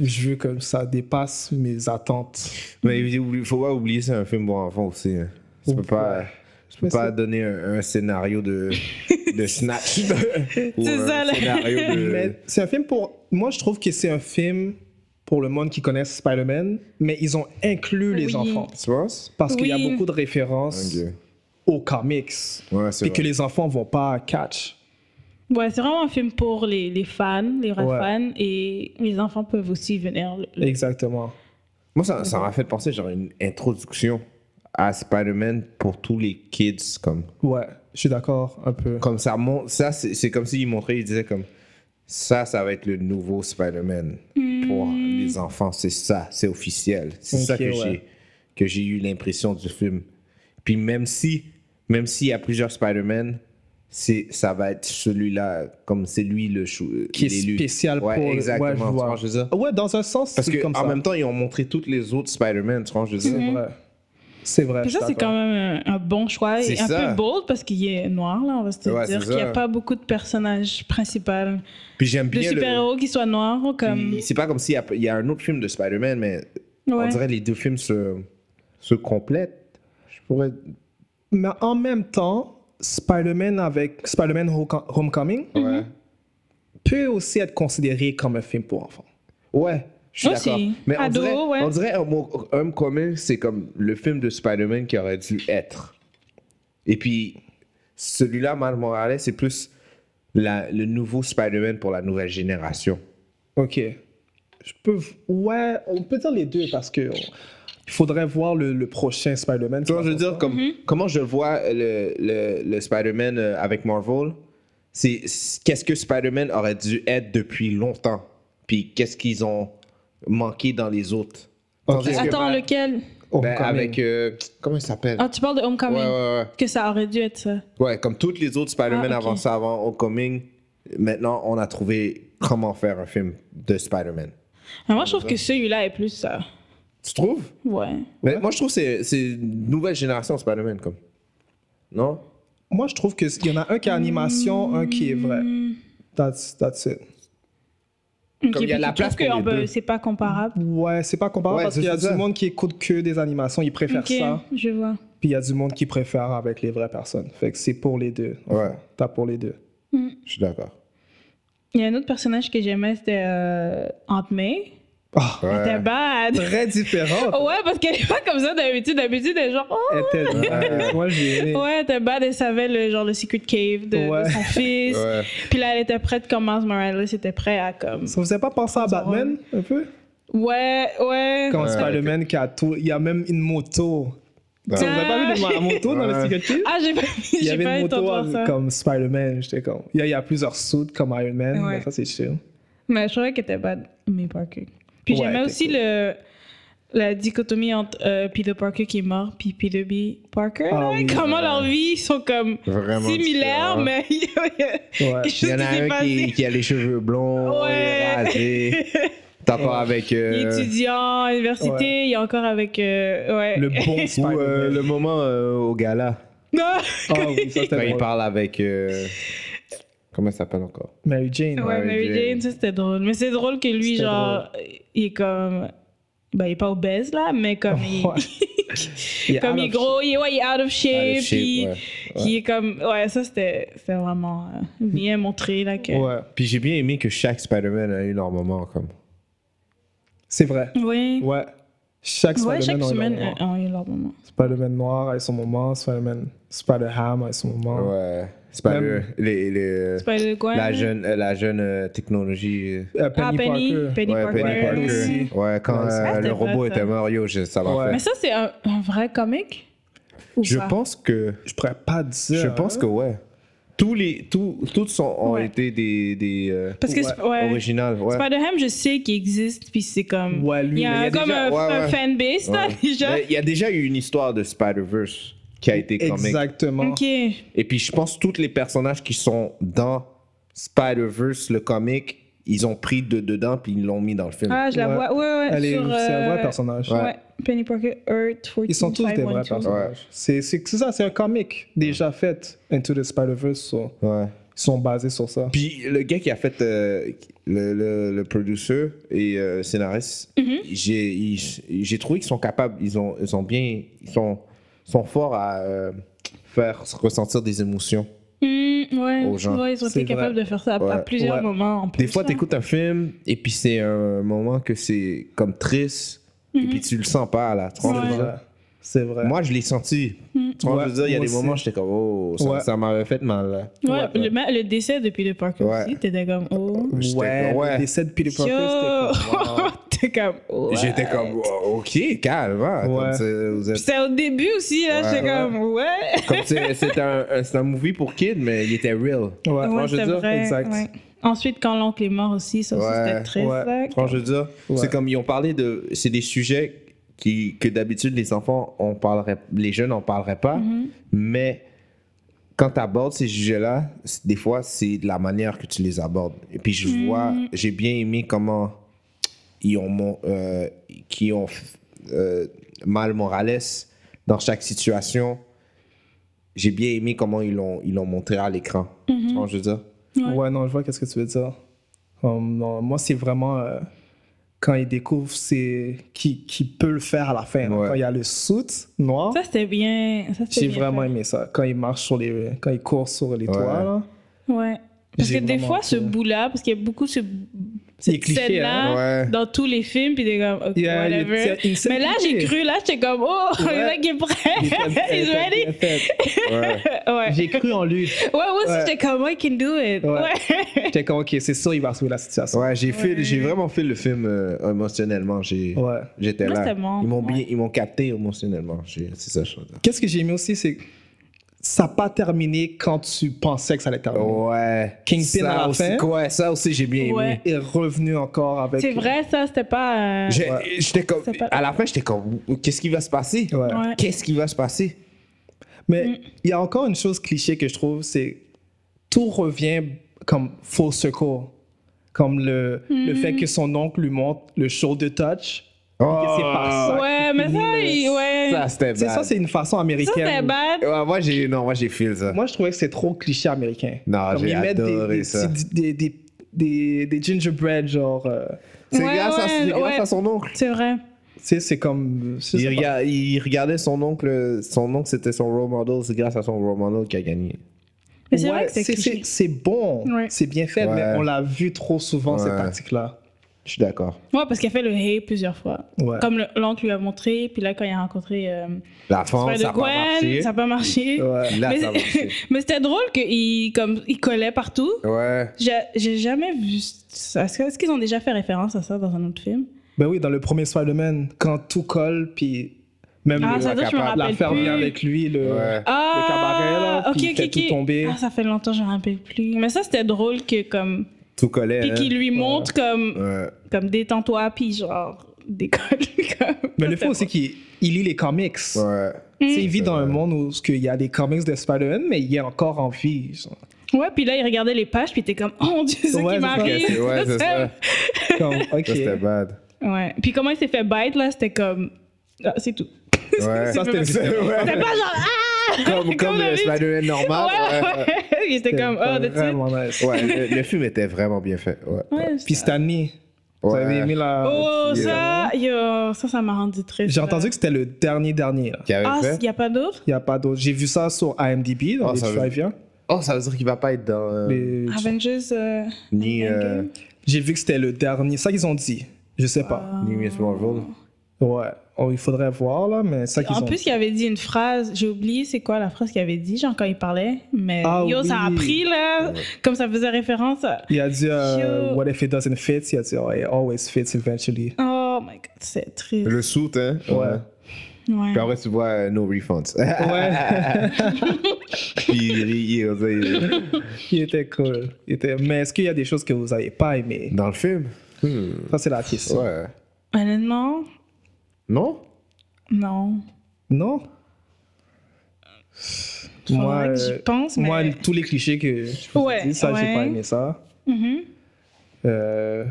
Je veux que ça dépasse mes attentes. Mais il oublie- faut pas oublier, c'est un film pour enfants aussi. hein. Tu peux Ouais. pas, tu peux Mais pas c'est- donner un, un scénario de, de Snatch. ou C'est un ça, là. scénario Euh. de... Mais c'est un film pour. Moi, je trouve que c'est un film pour le monde qui connaît Spider-Man, mais ils ont inclus les Oui. enfants. Tu penses? Parce qu'il y a Oui. beaucoup de références Ok. aux comics. Ouais, c'est Puis que vrai. les enfants vont pas catch. Ouais, c'est vraiment un film pour les, les fans, les vrais Ouais. fans. Et les enfants peuvent aussi venir. le- le- Exactement. Moi, ça ça m'a fait penser genre une introduction à Spider-Man pour tous les kids. Comme, Ouais, je suis d'accord un peu. comme ça, mon- ça c'est c'est comme s'il montrait, il disait comme... Ça, ça va être le nouveau Spider-Man Hmm. pour les enfants. C'est ça, c'est officiel. C'est ça Ok, que ouais. j'ai que j'ai eu l'impression du film. Puis même si même s'il y a plusieurs Spider-Man, c'est ça va être celui-là comme c'est lui le chou- euh, Qui est l'élu. spécial ouais, pour. ouais, exactement. je tu vois. vois, je veux dire. Ouais, dans un sens, Parce c'est que comme en ça. Mhm. même temps, ils ont montré toutes les autres Spider-Man, tu vois, je veux dire. Ouais. C'est vrai. Puis je ça, suis c'est d'accord. quand même un, un bon choix. C'est Et un ça. peu bold parce qu'il est noir, là, on va se Ouais, dire. c'est Qu'il n'y a ça. pas beaucoup de personnages principaux, Puis j'aime de bien le- super-héros qui soient noirs. Comme... puis C'est pas comme s'il y a- il y, a un autre film de Spider-Man, mais on Ouais. dirait les deux films se, se complètent. Je pourrais. Mais en même temps, Spider-Man avec Spider-Man Hoca- Homecoming Ouais. peut aussi être considéré comme un film pour enfants. Ouais, je suis Aussi. d'accord. Mais on Ado, dirait, ouais. on dirait un mot homme commun, c'est comme le film de Spider-Man qui aurait dû être. Et puis, celui-là, Miles Morales, c'est plus la- le nouveau Spider-Man pour la nouvelle génération. Ok. Je peux. Ouais, on peut dire les deux parce que il faudrait voir le, le prochain Spider-Man. Tu vois, je veux dire, comme, Mhm. comment je vois le, le- le Spider-Man euh, avec Marvel, c'est c'est- qu'est-ce que Spider-Man aurait dû être depuis longtemps, puis qu'est-ce qu'ils ont manqué dans les autres. Ok. Tandis que Attends, Miles- lequel ben, Ah, Homecoming. avec. euh, comment il s'appelle Ah, tu parles de Homecoming. Ouais, ouais, ouais. Que ça aurait dû être ça. Ouais, comme toutes les autres Spider-Man Ah, ok. avant ça, avant Homecoming, maintenant on a trouvé comment faire un film de Spider-Man. Mais Ah, moi, je trouve que celui-là est plus ça. Tu trouves Ouais. Mais moi je trouve que c'est- c'est une nouvelle génération Spider-Man, comme. Non Moi, je trouve qu'il y en a un qui est animation, un qui est vrai. Hmm. That's, that's it. Ok, Comme il y a puis la tu trouves place pour que, les oh, ben, deux. c'est pas comparable. Ouais, c'est pas comparable Ouais, parce c'est qu'il y a ça. du monde qui écoute que des animations, ils préfèrent Ok, ça. je vois. Puis il y a du monde qui préfère avec les vraies personnes. Fait que c'est pour les deux. Ouais. T'as pour les deux. Je suis d'accord. Il y a un autre personnage que j'aimais, c'était euh, Aunt May. Ah, C'était bad. Très différent. Ouais, parce qu'elle est pas comme ça d'habitude. D'habitude, elle est genre, oh, Elle était- Ouais, Moi, j'ai aimé. ouais, t'es bad. Elle savait le, genre, le secret cave de, de Ouais. son fils. Ouais. Puis là, elle était prête comme Miles Morales était prêt à comme. Ça vous a pas pensé à Batman, un peu? Ouais, ouais. Quand Ouais. Spider-Man qui a tout... Il y a même une moto. Ouais. Ça, Vous avez pas vu de ma moto dans le Ouais. Secret Cave? Ah, j'ai pas, Il y j'ai avait pas une eu le temps de moto voir en- ça. comme Spider-Man, j'étais comme... Il y a, il y a plusieurs suits comme Iron Man, Ouais. mais ça, c'est chill. Mais je trouvais qu'elle était bad, May Parker. Puis Ouais, j'aimais elle aussi était le, la dichotomie entre euh, Peter Parker qui est mort puis Peter B. Parker. Ah là. oui. Comment leurs vies sont comme Vraiment similaires, différents. mais il y a- il y a Ouais. quelque Il chose y en qui s'est a un passé. qui, qui a les cheveux blonds, euh, Ouais. il est rasé. T'as pas avec. Il est euh, étudiant à l'université, ouais. il est encore avec. euh, ouais. Le bon ou euh, Spider-Man. le moment euh, au gala, Non! Ah oui, ça, quand c'était il drôle. parle avec. euh, comment ça s'appelle encore Mary Jane. Ouais, Mary Mary Jane. Jane, ça c'était drôle. Mais c'est drôle que lui, C'était genre, il est comme. Ben, il est pas obèse là, mais comme il. Ouais. Il est comme out il est of gros, il est, ouais, il est out of shape. Out of shape, puis ouais, Qui est comme. Ouais, ça c'était c'était vraiment euh, bien montré là. Que... shape. Ouais, Puis j'ai bien aimé que chaque Spider-Man a eu leur moment, comme. c'est vrai. Ouais. Ouais. Chaque Ouais, Spider-Man chaque a un semaine, moment. euh, il y a leur moment. Spider-Man noir a son moment, Spider-Man Spider-Ham a son moment. Ouais. Spider, Même- les, les- Spider-Gwen. la jeune, euh, la jeune euh, technologie. euh, Euh, Ah, Penny, Penny. Parker. Penny ouais, Parker. Penny Parker. aussi. Ouais, quand Ouais, euh, c'était le hot, robot ça. était mort, yo, je- ça m'a Ouais. fait. Mais ça, c'est un, un vrai comique? Ou Je pas? pense que. Je pourrais pas dire. Je pense que ouais. Euh, Tous les, tous, toutes sont, ont Ouais. été des, des euh, Parce que c'est- ouais. originales. Ouais. Spider-Ham, je sais qu'il existe, puis c'est comme. Ouais, lui, il y il a, y a comme déjà- un, ouais, un ouais. fanbase, là, Ouais. déjà. Mais Il y a déjà eu une histoire de Spider-Verse qui a été comique. Exactement. Ok. Et puis je pense que tous les personnages qui sont dans Spider-Verse, le comic, ils ont pris de dedans puis ils l'ont mis dans le film. Ah, je la Ouais. vois. Ouais, ouais. Elle est- sur, C'est un euh, vrai personnage. Ouais. Penny Parker, Earth, 14, Ils sont tous des vrais personnages. C'est c'est- c'est ça, c'est un comic déjà fait. Into the Spider-Verse, so- Ouais. ils sont basés sur ça. Puis le gars qui a fait euh, le, le, le producer et euh, scénariste, j'ai il- j'ai trouvé qu'ils sont capables, ils ont, ils ont bien, ils sont, sont forts à euh, faire ressentir des émotions. Mm, ouais. Aux gens. Ouais, ils ont C'est été capables vrai. de faire ça à, à Ouais. plusieurs Ouais. moments. En plus, Des fois, là. tu écoutes un film et puis c'est un moment que c'est comme triste et puis tu le sens pas là. tu C'est vois ce que je veux vrai. dire? C'est vrai. Moi, je l'ai senti. Tu vois, Ouais, je veux dire, il y a moi des moments, aussi. j'étais comme, oh, ça, Ouais. ça m'avait fait mal. là. Ouais, Ouais, le, ma- le décès de Peter Parker Ouais. aussi, t'étais comme, oh. j'étais- ouais, ouais. le décès de Peter Parker, c'était comme, wow. Yo! T'es comme, ouais. J'étais comme, oh, ok, calme. hein, Ouais. comme c'est- vous êtes- Puis c'est au début aussi, là, Ouais. j'étais comme, ouais. Comme c'est c'est un, un- c'est un movie pour kids, mais il était real. Ouais, Ouais, Moi, je veux c'était dire, vrai, exact. ouais. Ensuite, quand l'oncle est mort aussi, ça aussi, Ouais, c'était triste. ouais. là. Franchement, je veux dire, Ouais. c'est comme ils ont parlé de. C'est des sujets qui, que d'habitude, les enfants, on parlerait, les jeunes, on parlerait pas. Mm-hmm. Mais quand tu abordes ces sujets-là, c'est- des fois, c'est de la manière que tu les abordes. Et puis, je Mm-hmm. vois, j'ai bien aimé comment ils ont, mon- euh, qui ont euh, Mal Morales dans chaque situation, j'ai bien aimé comment ils l'ont ils l'ont montré à l'écran. Mm-hmm. Tu vois, ce que je veux dire. Ouais. non, je vois qu'est-ce que tu veux dire. Hum, non, moi, c'est vraiment euh, quand il découvre c'est qui, qui peut le faire à la fin. là. Ouais. Quand il y a le soute noir, Ça, c'était bien. Ça, c'était j'ai bien vraiment fait. aimé ça. Quand il marche sur les, quand il court sur les Ouais. toits, là. Ouais. Parce que J'ai des vraiment fois, ce aimé. bout-là, parce qu'il y a beaucoup ce. C'est Cette cliché, hein. scène-là, Ouais. dans tous les films, puis des comme, ok, Yeah, il y a- il y whatever. a une scène Mais là, j'ai cliché. cru, là, j'étais comme, oh, le Ouais. mec est Il était- prêt, il he's était ready. bien fait. Ouais. Ouais. J'ai cru en lui. Ouais, moi aussi, Ouais. j'étais comme, I can do it. Ouais. Ouais. J'étais comme, ok, c'est sûr, il va sauver la situation. Ouais, j'ai fait- Ouais. j'ai vraiment fait le film euh, émotionnellement. J'ai- Ouais. J'étais Moi, là. c'était bon. Ils m'ont Ouais. bien- ils m'ont capté émotionnellement. J'ai- C'est ça, je veux dire. Qu'est-ce que j'ai aimé aussi, c'est que ça n'a pas terminé quand tu pensais que ça allait terminer. Ouais. Kingpin ça à la aussi, fin. Ouais, ça aussi, j'ai bien Ouais. aimé. Est revenu encore avec. C'est vrai, ça, c'était pas. euh, J'ai- J'étais comme. C'est pas- À la fin, j'étais comme. Qu'est-ce qui va se passer? Ouais. Ouais. Qu'est-ce qui va se passer? Mais Mm. il y a encore une chose cliché que je trouve, c'est tout revient comme faux secours. Comme le, le Mm. fait que son oncle lui montre le shoulder touch. Oh, c'est par Ah. ça. Ouais, mais ça, il- ouais. Ça, c'était Tu sais, ça, bad. c'est une façon Ça, américaine. c'était bad. Ouais, moi, j'ai. Non, moi, j'ai feel ça. Moi, je trouvais que c'est trop cliché américain. Non, Comme j'ai ils mettent des- adoré des, ça. petits- Des, des, des- des gingerbread, genre. euh, C'est Ouais, grâce, à, ouais, c'est grâce ouais. à son oncle. C'est vrai. tu sais, c'est comme. je sais Il, pas. rega- il regardait son oncle. Son oncle, c'était son role model. C'est grâce à son role model qu'il a gagné. Mais c'est Ouais, vrai que c'est cliché. c'est bon, Ouais. c'est bien fait, mais Ouais. on l'a vu trop souvent, cette Ouais. tactique-là. Je suis d'accord. Ouais, parce qu'il a fait le hey plusieurs fois. Ouais. Comme le- l'oncle lui a montré, puis là, quand il a rencontré euh, La Oh, France, ça Spider a pas marché. Gwen, ça n'a pas marché. Ouais. Là, Mais- ça a marché. Mais c'était drôle qu'il comme, il collait partout. Ouais. J'ai j'ai jamais vu ça. Est-ce que- est-ce qu'ils ont déjà fait référence à ça dans un autre film Ben oui, dans le premier Spider-Man, quand tout colle, puis même Ah, le- ça doit, je me capable. rappelle l'affaire plus. vient avec lui, le, Ouais. ah, le cabaret, là, ok, puis il ok, fait ok. tout tomber. Ah, ça fait longtemps, je me rappelle plus. Mais ça, c'était drôle que comme... Tout collait. Puis Euh, hein. qu'il lui montre comme... Ouais. comme détends-toi, puis genre décolle. comme. Mais le fait aussi qu'il il lit les comics. Ouais. Tu sais, Il Mm. vit C'est dans un vrai. monde où ce qu'il y a des comics de Spider-Man, mais il est encore en vie. genre. Ouais, puis là, il regardait les pages, puis t'es comme, oh mon dieu, c'est Ouais, qui c'est m'arrive. ça. Ouais, c'est ça. Comme, ok. Ça, c'était bad. Ouais. Puis comment il s'est fait bite, là, c'était comme, ah, c'est tout. Ouais. Ça, c'était- C'était pas genre, ah! Comme, comme on a le vu. Spider-Man normal. Ouais, ouais. ouais. Il était comme, oh, that's it. Ah, vraiment nice. Ouais, le, le film était vraiment bien fait. Ouais. Ouais, Puis ça- Stanley, vous Ouais. avez aimé la. Oh, Yeah. ça, yo, ça, ça m'a rendu triste. J'ai là. entendu que c'était le dernier dernier. là. Qui avait Ah, fait. il n'y a pas d'autre? Il n'y a pas d'autre. J'ai vu ça sur IMDb, dans Oh, les ça veut- trivia. Oh, ça veut dire qu'il va pas être dans. euh, Les- Avengers. euh, Ni, euh, Endgame? J'ai vu que c'était le dernier. Ça qu'ils ont dit. Je sais pas. ni Miss Marvel. Ouais. Oh, il faudrait voir, là, mais ça Bah, qu'ils Ah. En ont plus, il avait dit une phrase, j'ai oublié c'est quoi la phrase qu'il avait dit, genre quand il parlait, mais Ah yo, ça a oui. pris là, comme ça faisait référence à. Il a dit euh, Yo. What if it doesn't fit Il a dit oh, It always fits eventually. Oh my god, c'est triste. Le soute, hein. Ouais. Ouais. Puis après, tu vois euh, No Refunds. Ouais. Puis il rit, il rit, il rit. il était cool. Il était- Mais est-ce qu'il y a des choses que vous n'avez pas aimées Dans le film Hmm. Ça, c'est la question. Ouais. Honnêtement, Non non. Non Faudrait que euh, j'y pense, mais. moi, tous les clichés que je vous ai Ouais, dit, ça, j'ai ouais. pas aimé ça. Mhm. Euh,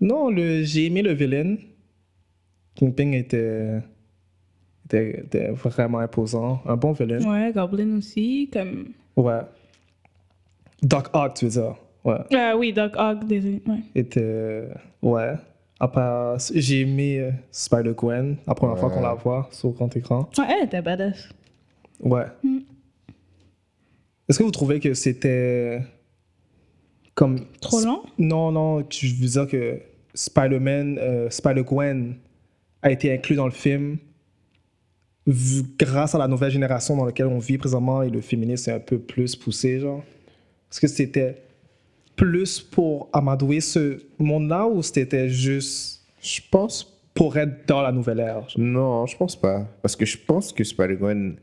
non, le, j'ai aimé le villain. Kingpin était, était, était vraiment imposant. Un bon villain. Ouais, Goblin aussi, comme. Ouais. Doc Ock, tu veux dire. Ouais. Ah oui, Doc Ock, désolé. Ouais. Était, euh, ouais. À part, j'ai aimé euh, Spider-Gwen, la première fois qu'on la voit sur grand écran. Ouais, Ah, elle était badass. Ouais. Hmm. Est-ce que vous trouvez que c'était comme Trop long? Non, non, je veux dire que Spider-Man, euh, Spider-Gwen a été inclus dans le film vu- grâce à la nouvelle génération dans laquelle on vit présentement et le féminisme est un peu plus poussé, genre. Est-ce que c'était plus pour amadouer ce monde-là ou c'était juste Je pense pour être dans la nouvelle ère? genre? Non, je pense pas. Parce que je pense que Spider-Gwen,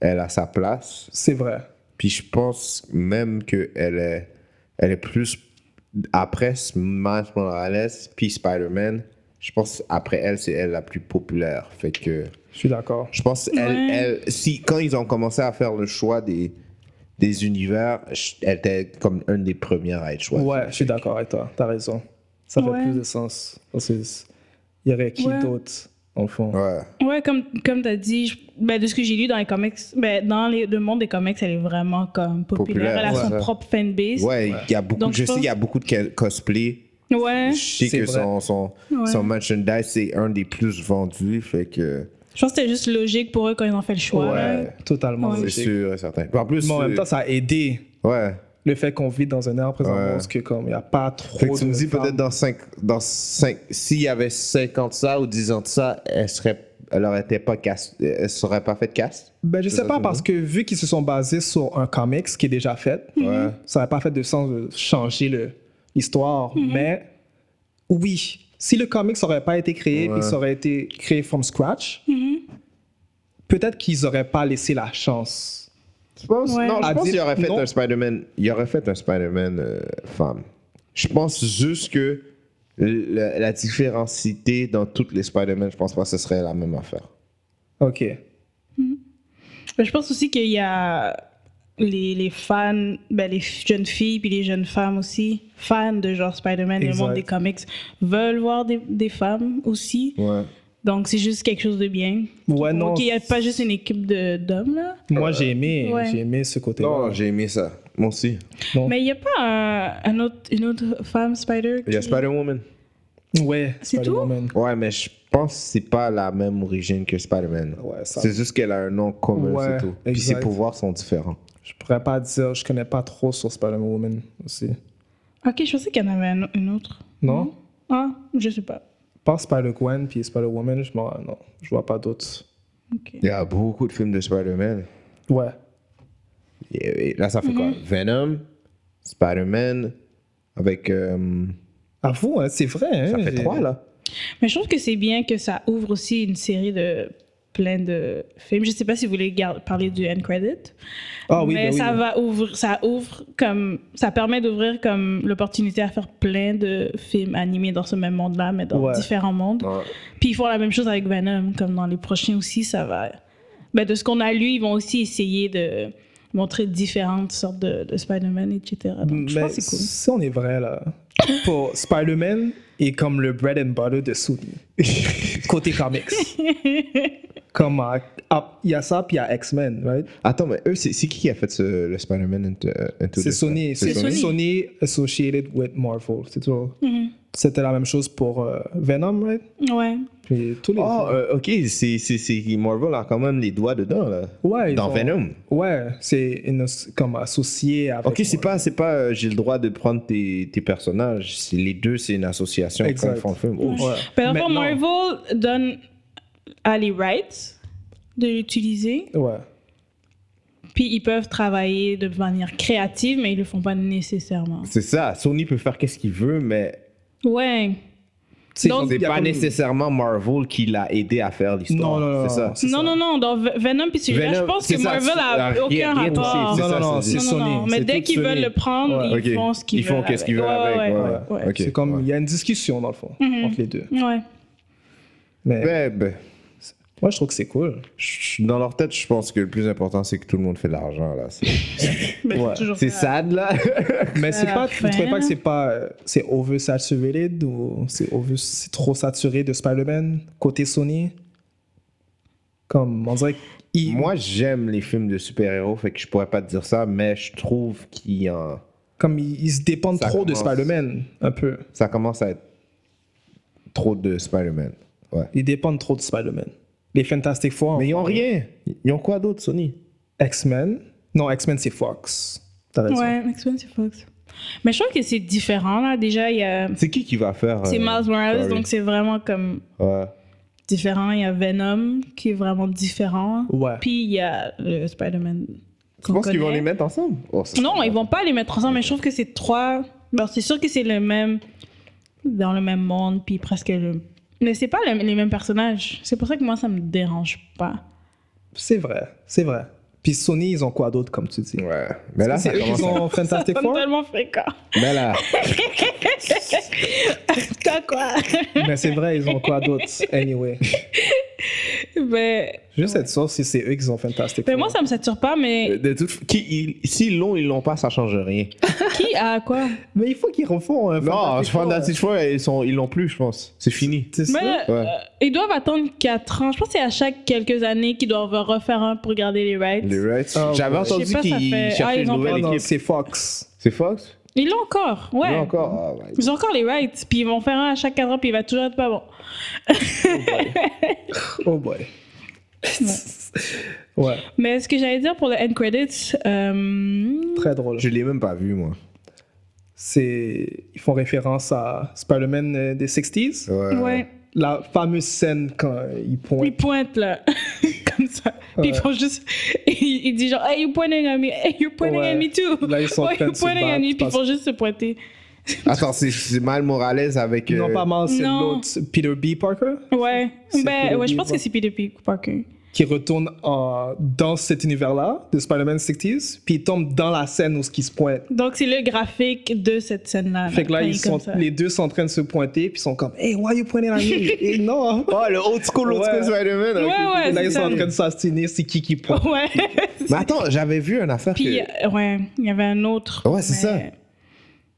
elle a sa place. C'est vrai. Puis je pense même qu'elle est, elle est plus. Après Miles Morales, puis Spider-Man, je pense après elle, c'est elle la plus populaire. Fait que. Je suis d'accord. Je pense elle, Ouais. elle- si quand ils ont commencé à faire le choix des, des univers, je- elle était comme une des premières à être choisie. Ouais, je suis d'accord avec toi. T'as raison. Ça fait Ouais. plus de sens. Parce que il y aurait qui Ouais. d'autre? dans le fond. Ouais. Ouais, comme, comme tu as dit, je- ben, de ce que j'ai lu dans les comics, ben, dans les- le monde des comics, elle est vraiment comme populaire. Populaire, Elle a ouais. son propre fanbase. Ouais, il y a beaucoup, Donc, je je sais qu'il y a beaucoup de ca- cosplay. Ouais. Je sais C'est que vrai. son, son, Ouais. son merchandise, c'est un des plus vendus. Fait que Je pense que c'était juste logique pour eux quand ils ont fait le choix. là. Ouais. Totalement. Ouais. logique. c'est sûr et certain. Puis En plus, Mais en même euh, temps, ça a aidé ouais. le fait qu'on vit dans un ère présentement Ouais. parce que comme il n'y a pas trop Fait que tu de me dis peut-être femmes. dans 5, dans cinq s'il y avait 50 de ça ou 10 ans de ça, elle serait, elle aurait été pas cast, elle serait pas faite cast. Ben, je C'est sais ça, pas, c'est parce bon. que vu qu'ils se sont basés sur un comics qui est déjà fait, Mhm. ça n'a pas fait de sens de changer le- l'histoire. Mhm. Mais oui, si le comics n'aurait pas été créé, puis ça aurait été créé from scratch, Mhm. peut-être qu'ils n'auraient pas laissé la chance. Je pense, Ouais. Non, je Ah, pense dites- qu'il aurait fait non. un Spider-Man. Il aurait fait un Spider-Man euh, femme. Je pense juste que la, la différencité dans toutes les Spider-Man, je pense pas que ce serait la même affaire. OK. Mais Je pense aussi qu'il y a les, les fans, ben, les f- jeunes filles puis les jeunes femmes aussi, fans de genre Spider-Man, le Exact. monde des comics, veulent voir des, des femmes aussi. Ouais. Donc c'est juste quelque chose de bien. Ouais, non. Ok, il n'y a pas juste une équipe de- d'hommes là. Moi, j'ai aimé, Euh, Ouais. j'ai aimé ce Non, côté-là. j'ai aimé ça. Moi aussi. Donc, Mais il n'y a pas un, un autre, une autre femme Spider Il y a qui- Spider-Woman. euh, ouais, C'est tout? Spider-Woman. Ouais, mais je pense que c'est pas la même origine que Spider-Man. Ouais, ça- c'est juste qu'elle a un nom commun, Ouais, c'est tout. Puis exact. ses pouvoirs sont différents. Je pourrais pas dire, je connais pas trop sur Spider-Woman aussi. Ok, je pensais qu'il y en avait un- une autre. Non? Ah, je sais pas. Pas Spider-Gwen puis Spider-Woman, je m'en- non, je vois pas d'autres. Ok. Il y a beaucoup de films de Spider-Man. Ouais. Et- et Là, ça fait Mm-hmm. quoi Venom, Spider-Man, avec. euh, Avoue, hein, c'est vrai. hein, ça fait j'ai- trois, là. Mais je trouve que c'est bien que ça ouvre aussi une série de plein de films. Je sais pas si vous voulez gar- parler du end credit, Ah oui, mais ben oui, ça oui. va ouvrir, ça ouvre comme, ça permet d'ouvrir comme l'opportunité à faire plein de films animés dans ce même monde-là, mais dans Ouais. différents mondes. Puis ils font la même chose avec Venom, comme dans les prochains aussi, ça va. Ben, de ce qu'on a lu, ils vont aussi essayer de montrer différentes sortes de, de Spider-Man, etc. Donc, je Mais pense que c'est cool. si on est vrai, là, pour Spider-Man est comme le bread and butter de Sony. Côté comics. comme euh, ah, il y a ça, puis il y a X-Men, right? Attends, mais eux, c'est c'est qui qui a fait ce- le Spider-Man into, euh, into C'est the- Sony. C'est Sony. Sony. Sony associated with Marvel, c'est tout. Mm-hmm. C'était la même chose pour euh, Venom, right? Ouais. Puis tous les. Ah, euh, ok, c'est c'est- c'est- Marvel a quand même les doigts dedans, là. Ouais, ils Dans ont- Venom. Ouais, c'est une os- comme associé avec. Ok, c'est pas, c'est pas euh, j'ai le droit de prendre tes, tes personnages. C'est- Les deux, c'est une association quand Exact. ils font le film. Oh, Ouais. Par Maintenant- rapport, Marvel donne à les rights de l'utiliser, Ouais. puis ils peuvent travailler de manière créative, mais ils le font pas nécessairement. C'est ça, Sony peut faire qu'est-ce qu'il veut, mais Ouais. C'est Donc- c'est pas nécessairement Marvel qui l'a aidé à faire l'histoire. Non, non, non, C'est ça. non, c'est Non, ça. non, non, dans Ve- Venom puis celui-là, je Venom, pense Ben c'est que ça, Marvel c'est- a aucun rien touché, rapport. c'est Non, ça, non, non, c'est c'est- Non, non, Sony. non, mais c'est dès tout qu'ils Sony. veulent le prendre, Ouais. ils Ok. font ce qu'ils Ils veulent. font qu'est-ce qu'ils avec. veulent Ouais, avec, ouais, Mm-hmm. Ouais. ouais. Ok, C'est comme, ouais. il y a une discussion dans le fond entre les deux. Ouais. Mais Ben, ben, moi, je trouve que c'est cool. je- dans leur tête, je pense que le plus important, c'est que tout le monde fait de l'argent. là. C'est- Mais Ouais. c'est toujours C'est ça. sad, là. Mais c'est la pas, vous fin, trouvez pas là. que c'est pas, euh, c'est oversaturated ou c'est over, c'est trop saturé de Spider-Man côté Sony? Comme, on dirait qu'il- Moi, j'aime les films de super-héros, fait que je pourrais pas te dire ça, mais je trouve qu'il y en... comme ils, ils se dépendent Ça trop de commence. Spider-Man, un peu. ça commence à être trop de Spider-Man. Ouais. Ils dépendent trop de Spider-Man. Les Fantastic Four, hein. Mais ils ont rien. Ils ont quoi d'autre, Sony X-Men. Non, X-Men, c'est Fox. T'as raison. Ouais, X-Men, c'est Fox. Mais je trouve que c'est différent, là. Déjà, il y a. C'est qui qui va faire C'est euh, Miles Morales, Sorry. donc c'est vraiment comme Ouais. différent. Il y a Venom qui est vraiment différent. Ouais. Puis il y a le Spider-Man. Tu qu'on penses qu'ils vont connaît. les mettre ensemble Oh, ça- Non, ils vont pas les mettre ensemble, mais je trouve que c'est trois. Bon, c'est sûr que c'est le même. dans le même monde, puis presque le. Mais c'est pas le- les mêmes personnages. C'est pour ça que moi, ça me dérange pas. C'est vrai, c'est vrai. Puis Sony, ils ont quoi d'autre, comme tu dis? Ouais. Mais là, C'est ça eux qui commence à... sont Fantastic C'est Four? tellement fréquent. Mais là, T'as quoi? Mais c'est vrai, ils ont quoi d'autre? Anyway. Mais, Juste être sûr si c'est eux qui ont Fantastic mais Ben, Four. moi, ça me sature pas, mais De toute- qui- ils- S'ils l'ont, ils l'ont pas, ça change rien. qui a quoi Mais il faut qu'ils refont un Non, Fantastic Four. Fantastic Four, ils sont- ils l'ont plus, je pense. C'est fini. C'est ça? Mais, Ouais. euh, ils doivent attendre 4 ans. Je pense que c'est à chaque quelques années qu'ils doivent refaire un pour garder les rights. Les Reds. Ah, J'avais ouais. entendu Je sais pas, ça qu'ils fait- cherchaient Ah, ils une ont nouvelle Ah non, équipe. c'est Fox. C'est Fox Ils l'ont encore, ouais. Non, encore. Ah, ouais. Ils ont encore les rights, puis ils vont faire un à chaque 4 ans, puis il va toujours être pas bon. Oh boy. ouais, Mais ce que j'allais dire pour le end credits, euh, très drôle. Je l'ai même pas vu, moi. C'est... Ils font référence à Spider-Man euh, des 60s. Ouais. ouais, La fameuse scène quand euh, il ils pointe. pointent là, comme ça. Puis ils font juste, ils, ils disent genre, hey, you're pointing at me, hey, you're pointing Ouais. at me too. Là, ils sont en oh, train you're de se pointing at battre me, puis ils parce- font juste se pointer. Attends, c'est- c'est Mal Morales avec. Ils n'ont euh, pas mentionné non. l'autre, Peter B. Parker, Ouais, C'est ben, Peter ouais, je Parker. pense que c'est P2P Parker. qui retourne en- dans cet univers-là, de Spider-Man 60s, puis il tombe dans la scène où ce qui se pointe. Donc c'est le graphique de cette scène-là. Fait que là, Enfin, ils comme sont, ça. les deux sont en train de se pointer, puis ils sont comme « Hey, why you pointing at me? » Et non! Oh, le old school, old school Ouais. Spider-Man. Ouais, ok. ouais, Et là, c'est ils sont ça. en train de s'astiner, c'est qui qui pointe. Ouais. Mais attends, j'avais vu une affaire. Puis, que... euh, ouais, il y avait un autre. Ouais, c'est ça.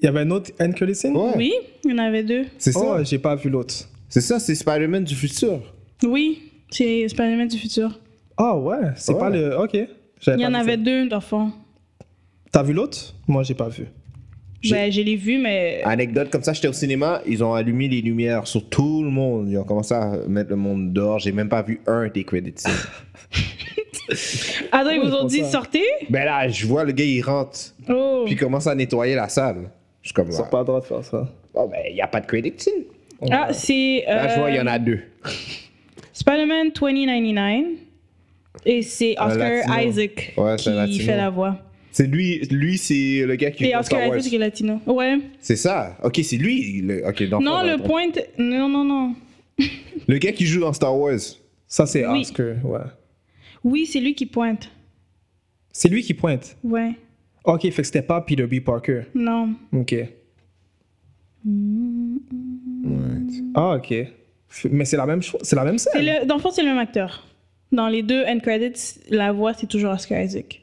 Il y avait un autre end credit scene? Ouais, euh, Oui, il y en avait deux. c'est ça. Oh, j'ai pas vu l'autre. C'est ça, c'est Spider-Man du futur. Oui, c'est Spider-Man du futur. Ah ouais, c'est Ouais. pas le... Ok. Il y en avait deux. deux d'enfants. T'as vu l'autre? Moi, j'ai pas vu. J'ai- Ben, je l'ai vu, mais. Ah, Anecdote comme ça, j'étais au cinéma, ils ont allumé les lumières sur tout le monde. Ils ont commencé à mettre le monde dehors. J'ai même pas vu un des credits. Ah non, ils Pourquoi vous ont ils font dit ça sortez ben là, je vois le gars, il rentre. Oh Puis il commence à nettoyer la salle. Je suis comme. Ils ont ouais. pas le droit de faire ça. Oh, ben, il n'y a pas de credits. Ah, c'est. Là, je vois, il y en euh, a deux. Spider-Man 2099. Et c'est Un Oscar Ah, latino. Isaac Ouais, c'est qui un latino. fait la voix. C'est lui, lui c'est le gars qui. Et joue Oscar Star Wars. Isaac qui est latino. Ouais. C'est ça. Ok, c'est lui. Le... ok, dans- Non, dans- le dans- point. Non, non, non. Le gars qui joue dans Star Wars. Ça, c'est Oui. Oscar, ouais. Oui, c'est lui qui pointe. C'est lui qui pointe. Ouais. Ok, fait que c'était pas Peter B. Parker. Non. Ok. Ah, ok. F- Mais c'est la même chose. C'est la même C'est scène. le, dans le fond, c'est le même acteur. Dans les deux end credits, la voix, c'est toujours Oscar Isaac.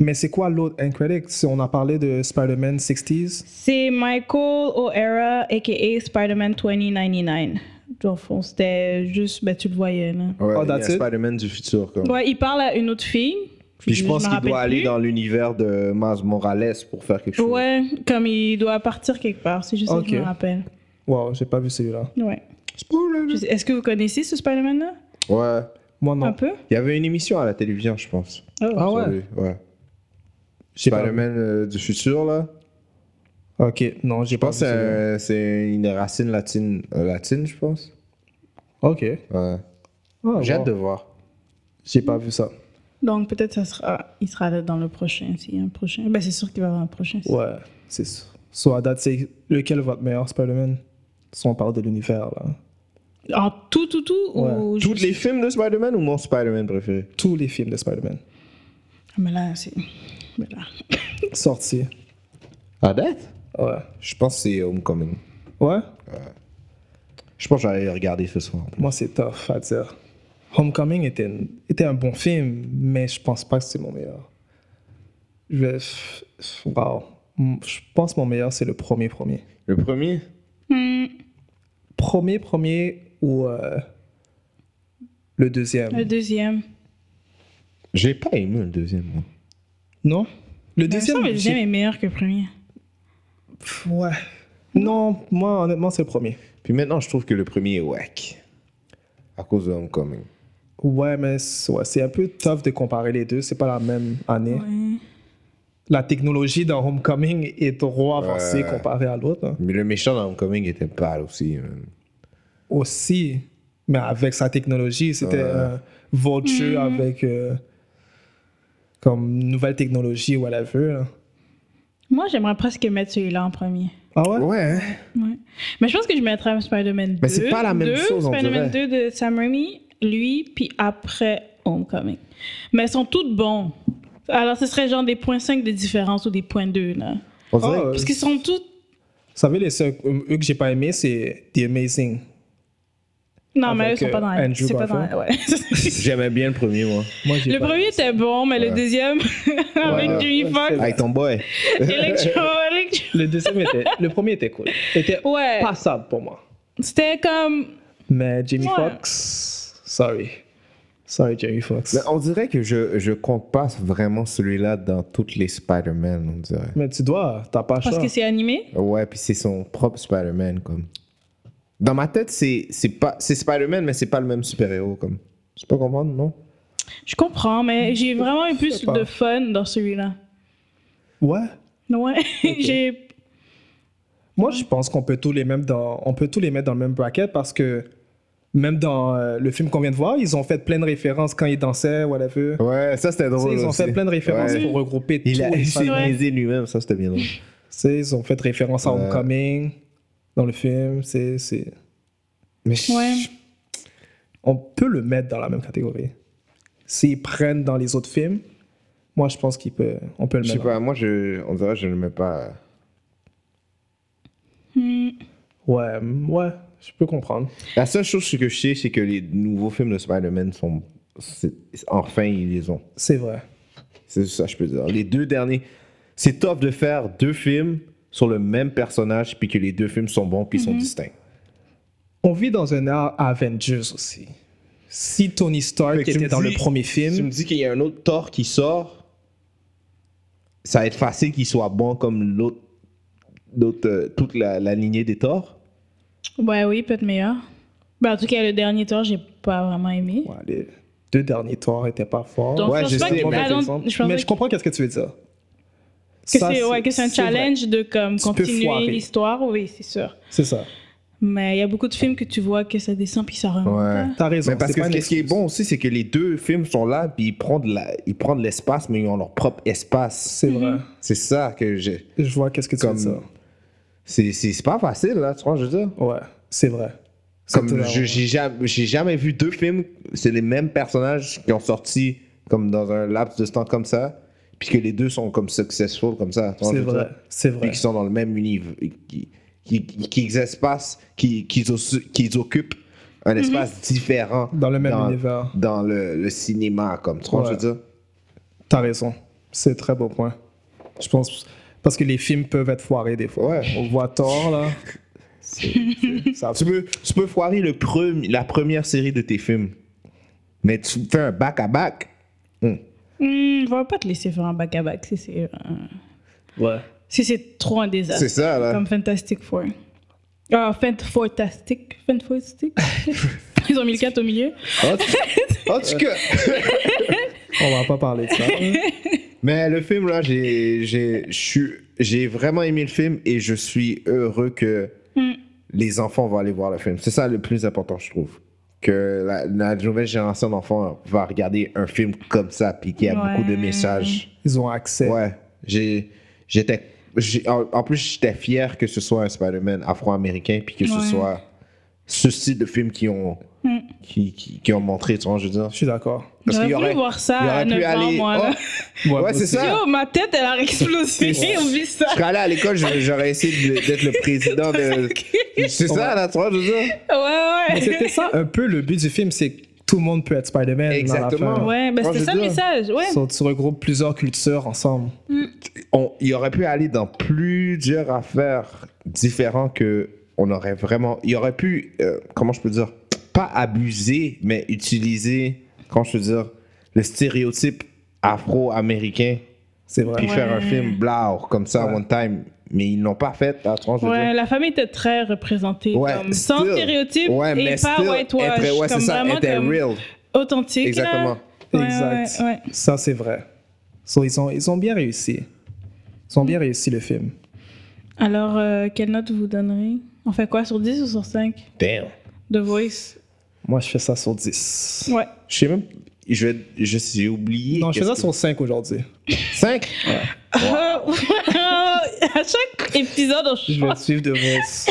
Mais c'est quoi l'autre end credit? Si on a parlé de Spider-Man 60s. C'est Michael O'Hara, a.k.a. Spider-Man 2099. Dans le fond, c'était juste, ben, tu le voyais, là. Ouais, Oh, il y a that's it? Spider-Man du futur. Comme. Ouais, il parle à une autre fille. Puis je me pense qu'il rappelle doit aller plus. dans l'univers de Miles Morales pour faire quelque chose. Ouais, comme il doit partir quelque part, c'est juste ça que je Ok. me rappelle. Wow, j'ai pas vu celui-là. Ouais. Spoiler. Je sais- Est-ce que vous connaissez ce Spider-Man-là Ouais. Moi, Un non. peu Oh, Il y avait une émission à la télévision, je pense. Ah Sur ouais? lui, ouais. J'ai pas vu. Spider-Man euh, du futur, là. Ok, non, j'ai Je pas pense vu. que Ah, c'est celui-là. un- c'est une racine latine, euh, latine je pense. Ok. Ouais. Ah, J'ai wow. hâte de voir. J'ai pas vu ça. Donc peut-être ça sera, il sera là dans le prochain, s'il y a un prochain. Ben c'est sûr qu'il va y avoir un prochain. c'est- Ouais, c'est sûr. So, à date, c'est lequel votre meilleur Spider-Man? Si on parle de l'univers, là. En tout, tout, tout ou Tous juste- les films de Spider-Man ou mon Spider-Man préféré Tous les films de Spider-Man Ah, Mais là, c'est. mais là. sortis. À date Ouais. Je pense que c'est Homecoming. Ouais? Je pense que j'allais le regarder ce soir. Moi, c'est tough à dire. Homecoming était, une- était un bon film, mais je pense pas que c'est mon meilleur. Je vais. f- f- Wow. M- Je pense que mon meilleur, c'est le premier premier. Le premier Hmm, Premier premier ou euh, le deuxième le deuxième. J'ai pas aimé le deuxième. moi. Non Le Ben, Mais il me semble deuxième, que le deuxième j'ai- est meilleur que le premier. Pff, Ouais. Non, moi, honnêtement, c'est le premier. Puis maintenant, je trouve que le premier est whack. À cause de Homecoming. Ouais, mais c'est ouais, c'est un peu tough de comparer les deux. C'est pas la même année. Ouais. La technologie dans Homecoming est trop avancée Ouais. comparée à l'autre. hein. Mais le méchant dans Homecoming était pâle aussi. man. aussi, mais avec sa technologie, c'était Ouais. un vulture Mm-hmm. avec euh, comme nouvelle technologie ou whatever. là. Moi, j'aimerais presque mettre celui-là en premier. Ah ouais? Ouais, hein? Ouais. Mais je pense que je mettrais Spider-Man 2. Mais c'est pas la même deux, chose, on Spider-Man dirait. 2 de Sam Raimi, lui, puis après Homecoming. Mais elles sont toutes bons. Alors, ce serait genre des points 5 de différence ou des points 2, là. On dirait Ah, que- Parce qu'ils sont toutes... Vous savez, les seuls, euh, eux que j'ai pas aimé, c'est The Amazing. Non, mais eux Avec, sont pas euh, dans la Andrew C'est pas dans la- ouais. J'aimais bien le premier, moi. Moi, j'ai Le pas- premier était bon, mais le Ouais. deuxième, avec Ouais. Jimmy Fox, Avec ton boy. Electro, Electro. Le deuxième était. Le premier était cool. Était Ouais. passable pour moi. C'était comme. Mais Jamie Ouais. Foxx. Sorry. Sorry, Jamie Foxx. Mais on dirait que je, je compte pas vraiment celui-là dans toutes les Spider-Man, on dirait. Mais tu dois, t'as pas le Parce choix. que c'est animé. Ouais, puis c'est son propre Spider-Man, comme. Dans ma tête, c'est c'est pas c'est Spider-Man, mais c'est pas le même super-héros, comme. Tu peux comprendre, non? Je comprends, mais j'ai vraiment eu plus pas. de fun dans celui-là. Ouais. Ouais. j'ai. Moi, je pense qu'on peut tous les mêmes dans, on peut tous les mettre dans le même bracket parce que même dans euh, le film qu'on vient de voir, ils ont fait plein de références quand ils dansaient, whatever. Ouais, ça c'était Tu sais, drôle. ils ont fait aussi. plein de références Ouais. pour regrouper Il tous a les fans. essayé Tu de Ouais. niaiser lui-même, ça c'était bien drôle. sais, ils ont fait référence à Ouais. Homecoming dans le film. C'est, c'est... Mais je- Ouais. On peut le mettre dans la même catégorie. S'ils prennent dans les autres films, moi, je pense qu'on peut, on peut le je mettre. sais dans- pas, moi je, on dirait que je ne le mets pas. Hmm. Ouais, ouais, je peux comprendre. La seule chose que je sais, c'est que les nouveaux films de Spider-Man sont. c'est- Enfin, ils les ont. C'est vrai. C'est ça que je peux dire. Les deux derniers. C'est top de faire deux films sur le même personnage, puis que les deux films sont bons, puis ils sont distincts. On vit dans un art Avengers aussi. Si Tony Stark Fait que tu était me dans le dis- premier Tu me film, dis qu'il y a un autre Thor qui sort, ça va être facile qu'il soit bon comme l'autre, l'autre, euh, toute la, la lignée des Thors. Ouais, oui, peut-être meilleur. Ben, en tout cas, le dernier tour, j'ai pas vraiment aimé. ouais, les deux derniers tours n'étaient pas forts. Donc, Ouais, je pense je pas sais, qu'il- mais- ah, non, Exemple. je pense mais pas je que comprends qu'est-ce que tu veux dire. que Ça, c'est ouais, que c'est un c'est vrai. challenge de comme, Tu peux foirer. continuer l'histoire. Oui, c'est sûr. C'est ça. Mais il y a beaucoup de films que tu vois que ça descend puis ça remonte. Ouais. là. T'as raison. Mais parce c'est que pas ce une qui- ce qui est excuse. bon aussi, c'est que les deux films sont là, puis ils prennent, de la, ils prennent de l'espace, mais ils ont leur propre espace. C'est vrai. C'est ça que j'ai. Je vois qu'est-ce que tu Comme- veux dire. C'est, c'est, c'est pas facile, là, tu vois, je veux dire. Ouais, c'est vrai. C'est Comme totalement je- vrai. j'ai jamais, j'ai jamais vu deux films, c'est les mêmes personnages qui ont sorti comme dans un laps de temps comme ça, puis que les deux sont comme successful comme ça. tu vois, C'est je veux vrai. dire. C'est Puis vrai. qui sont dans le même univers, qui, qui, qui, qui espacent, qui, qui, os- qui occupent un espace différent Dans le même univers. dans le, le cinéma, comme tu vois, Ouais. je veux dire. T'as raison. C'est très beau point. Je pense. Parce que les films peuvent être foirés des fois. Ouais. On voit tort, là. Ça- tu, peux, tu peux foirer le premi- la première série de tes films, mais tu fais un back-à-back. Hmm, on va pas te laisser faire un back-à-back si c'est euh, Ouais. si c'est trop un désastre. C'est ça, là. Ah, Comme Fantastic Four. Ah, Fant Fantastic. Fantastic. Ils ont mis le 4 au milieu. En tout- en tout cas. On va pas parler de ça. Mais le film, là, j'ai- j'ai je suis- j'ai vraiment aimé le film et je suis heureux que Mm. les enfants vont aller voir le film. C'est ça le plus important, je trouve. Que la, la nouvelle génération d'enfants va regarder un film comme ça, puis qu'il y a Ouais. beaucoup de messages. Ils ont accès. Ouais, j'ai- j'étais... j'ai- En, en plus, j'étais fier que ce soit un Spider-Man afro-américain, puis que Ouais. ce soit ce style de film qu'ils ont, Mm. qui, qui- qui ont montré, tu vois, je veux dire. Je suis d'accord. Parce J'aurais qu'il y voulu aurait... voir ça il y aurait à pu 9 ans, aller- moi. là. Ouais, c'est aussi. ça. Yo, ma tête, elle a explosé. Oublie ça. Je serais allé à l'école, je- j'aurais essayé de- d'être le président de. C'est ça, la 3, je veux dire. Mais Ouais, ouais. C'était ça un peu le but du film, c'est que tout le monde peut être Spider-Man. Exactement. À la fin. Ouais, ben Moi, c'était je ça le veux dire, message. Ouais. So, tu regroupes plusieurs cultures ensemble. On- il aurait pu aller dans plusieurs affaires différentes que on aurait vraiment. Il aurait pu, euh, comment je peux dire, pas abuser, mais utiliser, comment je peux dire, le stéréotype afro-américain, C'est vrai. puis faire un Ouais. film blau comme ça, Ouais. one time. Mais ils l'ont pas fait, la 3, je veux Ouais, dire. la famille était très représentée, Ouais, comme, sans still. stéréotype Ouais, et mais pas still, whitewash, était- ouais, c'est comme ça, vraiment était comme real. authentique. là. Exactement. Ouais, Exact. ouais, ouais. Ça, c'est vrai. So, ils, ont, ils ont bien réussi. Ils ont bien réussi le film. Alors, euh, quelle note vous donnerez On fait quoi sur 10 ou sur 5 Damn. The Voice Moi, je fais ça sur 10. Ouais. Je sais même. Je vais. je- J'ai oublié. Non, je fais ça sur 5 aujourd'hui. 5. à chaque épisode, on Je vais te suivre de voice.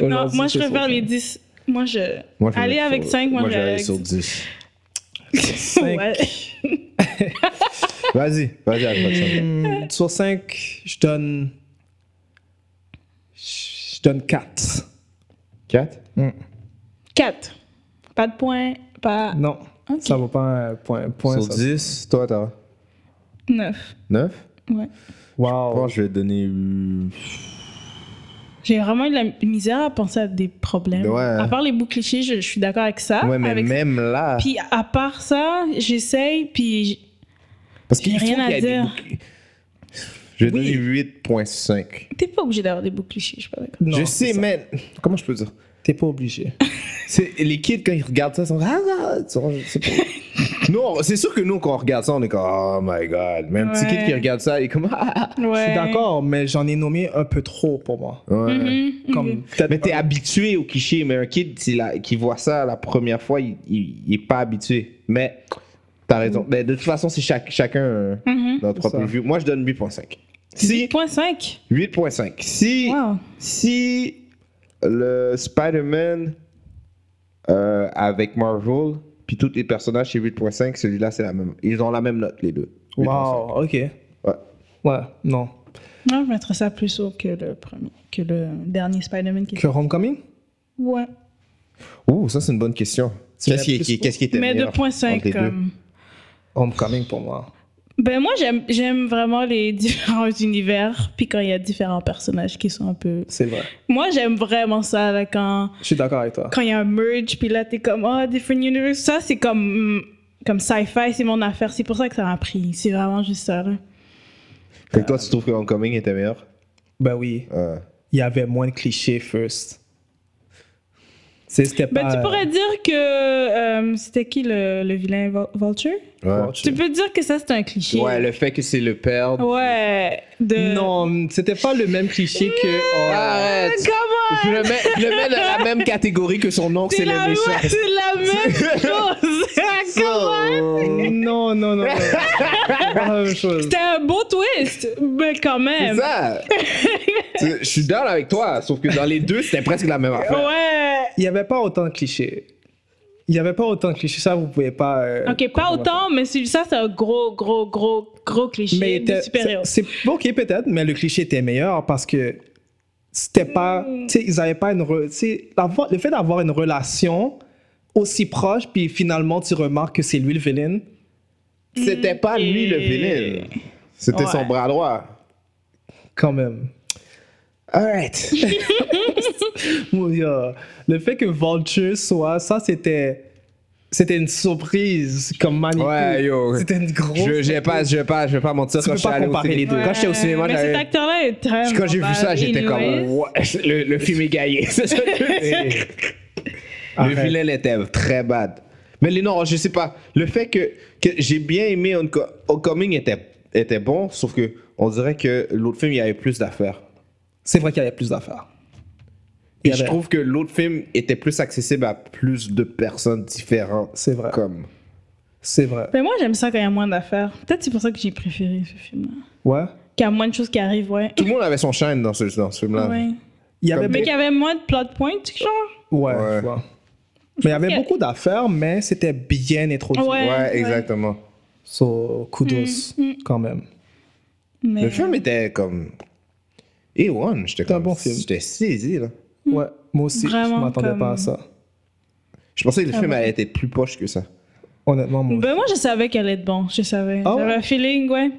Oh. Non, Aujourd'hui, moi je c'est sur préfère les cinq. 10. Moi je. Aller avec 5, moi, je vais j'allais avec sur 10. 10. Cinq. Ouais. Vas-y, vas-y, Alfred. Hmm, sur 5, je donne. Je donne 4. 4. 4. Pas de point, pas Non, Ok. ça vaut pas un point. point Sur ça. 10, toi, t'as 9. 9 Ouais. Je Wow. pense que je vais te donner. euh, J'ai vraiment eu de la misère à penser à des problèmes. Ouais. À part les bouts clichés, je, je suis d'accord avec ça. ouais, mais Ah, avec- même là. Puis à part ça, j'essaye, puis j- Parce j'ai qu'il faut qu'il y rien à ait des dire. boucles. Je vais Oui. donner 8.5. T'es pas obligé d'avoir des bouts clichés, je suis pas d'accord. Non, Je c'est sais, ça. mais. Comment je peux dire T'es pas obligé. C'est- Les kids, quand ils regardent ça, ils sont. Ah, ah, ils sont- je sais pas. Nous, on- c'est sûr que nous, quand on regarde ça, on est comme Oh my god. Même un petit kid Ouais. qui regarde ça, il est comme Ah, ah, ah. Ouais. Je suis d'accord, mais j'en ai nommé un peu trop pour moi. Ouais. Mhm, ok. Comme peut-être Mais t'es habitué au cliché, mais un kid s'il a- qui voit ça la première fois, il, il, il est pas habitué. Mais t'as raison. Mais de toute façon, c'est chaque, chacun euh, Mhm. notre propre Mm. ça. vue. Moi, je donne 8.5. Si, Point 5. 8.5. Si, Wow. si le Spider-Man euh, avec Marvel, puis tous les personnages, c'est 8.5, celui-là, c'est la même. Ils ont la même note, les deux. 8.5. Wow, ok. Ouais. Ouais, non. Non, je mettrais ça plus haut que le premier, que le dernier Spider-Man qui Que Homecoming Ouais. Ouh, ça, c'est une bonne question. Tu Qu'est-ce l'as qui, plus qui- pour- qu'est-ce qui était Mais meilleur entre 2.5 les deux? comme. Homecoming pour moi. Ben moi j'aime j'aime vraiment les différents univers puis quand il y a différents personnages qui sont un peu C'est vrai. Moi j'aime vraiment ça là quand Je suis d'accord avec toi. quand il y a un merge puis là t'es comme oh different universe ça c'est comme mm, comme sci-fi c'est mon affaire c'est pour ça que ça m'a pris c'est vraiment juste ça là. Fait que toi, tu trouves que Homecoming était meilleur Euh, Ben oui, Ouais. il y avait moins de clichés first. C'est c'était Ben pas- tu pourrais dire que euh, c'était qui le, le vilain Vul- Vulture Ouais. Tu peux dire que ça c'est un cliché. Ouais, le fait que c'est le père. Ouais, de Non, c'était pas le même cliché que. oh, Arrête! Comment Je le, mets, je le mets dans la même catégorie que son oncle, C'est c'est le la, méchant. ouais, c'est la même chose. So- Non, non, non, non. C'est pas la même chose. C'était un beau twist, mais quand C'est même. ça! Tu- Je suis d'accord avec toi, sauf que dans les deux, c'était presque la même affaire. Ouais. Il n'y avait pas autant de clichés. Il n'y avait pas autant de clichés. Ça, vous pouvez pas. euh, Ok, pas comprendre. autant, mais celui ça, c'est un gros, gros, gros, gros cliché Mais de t'as- super-héros. c'est c'est- ok peut-être, mais le cliché était meilleur parce que c'était pas, Hmm. tu sais, ils avaient pas une, re- tu sais, d'avoir- le fait d'avoir une relation aussi proche, puis finalement tu remarques que c'est lui le vilain. C'était pas lui le Et- vilain. C'était Ouais. son bras droit. Quand même. Alright. Moi, yo, le fait que Vulture soit, ça c'était, c'était une surprise comme magnifique. Ouais, yo. C'était une grosse. Je, je vais pas, je vais pas, je vais pas mentir Tu quand peux je suis pas allé au comparer cinéma. les deux. Quand j'étais au Ouais, cinéma, mais cet j'avais- acteur-là est très. quand j'ai vu ça, mauvais. j'étais Anyways. comme What? le, le film est gaillé. C'est ça que je veux dire. Le Arrête. vilain était très bad. Mais les non, je sais pas. Le fait que, que j'ai bien aimé Unco- Homecoming était, était bon, sauf que on dirait que l'autre film, il y avait plus d'affaires. C'est vrai qu'il y avait plus d'affaires. Il Et y je avait- trouve que l'autre film était plus accessible à plus de personnes différentes. C'est vrai. Comme. C'est vrai. Mais moi, j'aime ça quand il y a moins d'affaires. Peut-être c'est pour ça que j'ai préféré ce film-là. Ouais. Qu'il y a moins de choses qui arrivent, ouais. Tout le monde avait son chaîne dans ce, dans ce film-là. Ouais. Il y avait Comme- Mais qu'il y avait moins de plot points, genre. Ouais, Ouais. je vois. Mais il y avait que- beaucoup d'affaires, mais c'était bien introduit. Ouais, Ouais. exactement. So, kudos, Mm, mm. quand même. Mais... Le film était comme. A1, j'étais C'était un comme. bon film. J'étais saisi, là. Ouais, moi aussi, Mm. Vraiment je m'attendais comme- pas à ça. Je pensais que le Ah film bon. allait être plus poche que ça. Honnêtement, moi, Ben moi, je savais qu'elle allait être bon. Je savais. Ah J'avais ouais? un feeling, ouais. Ah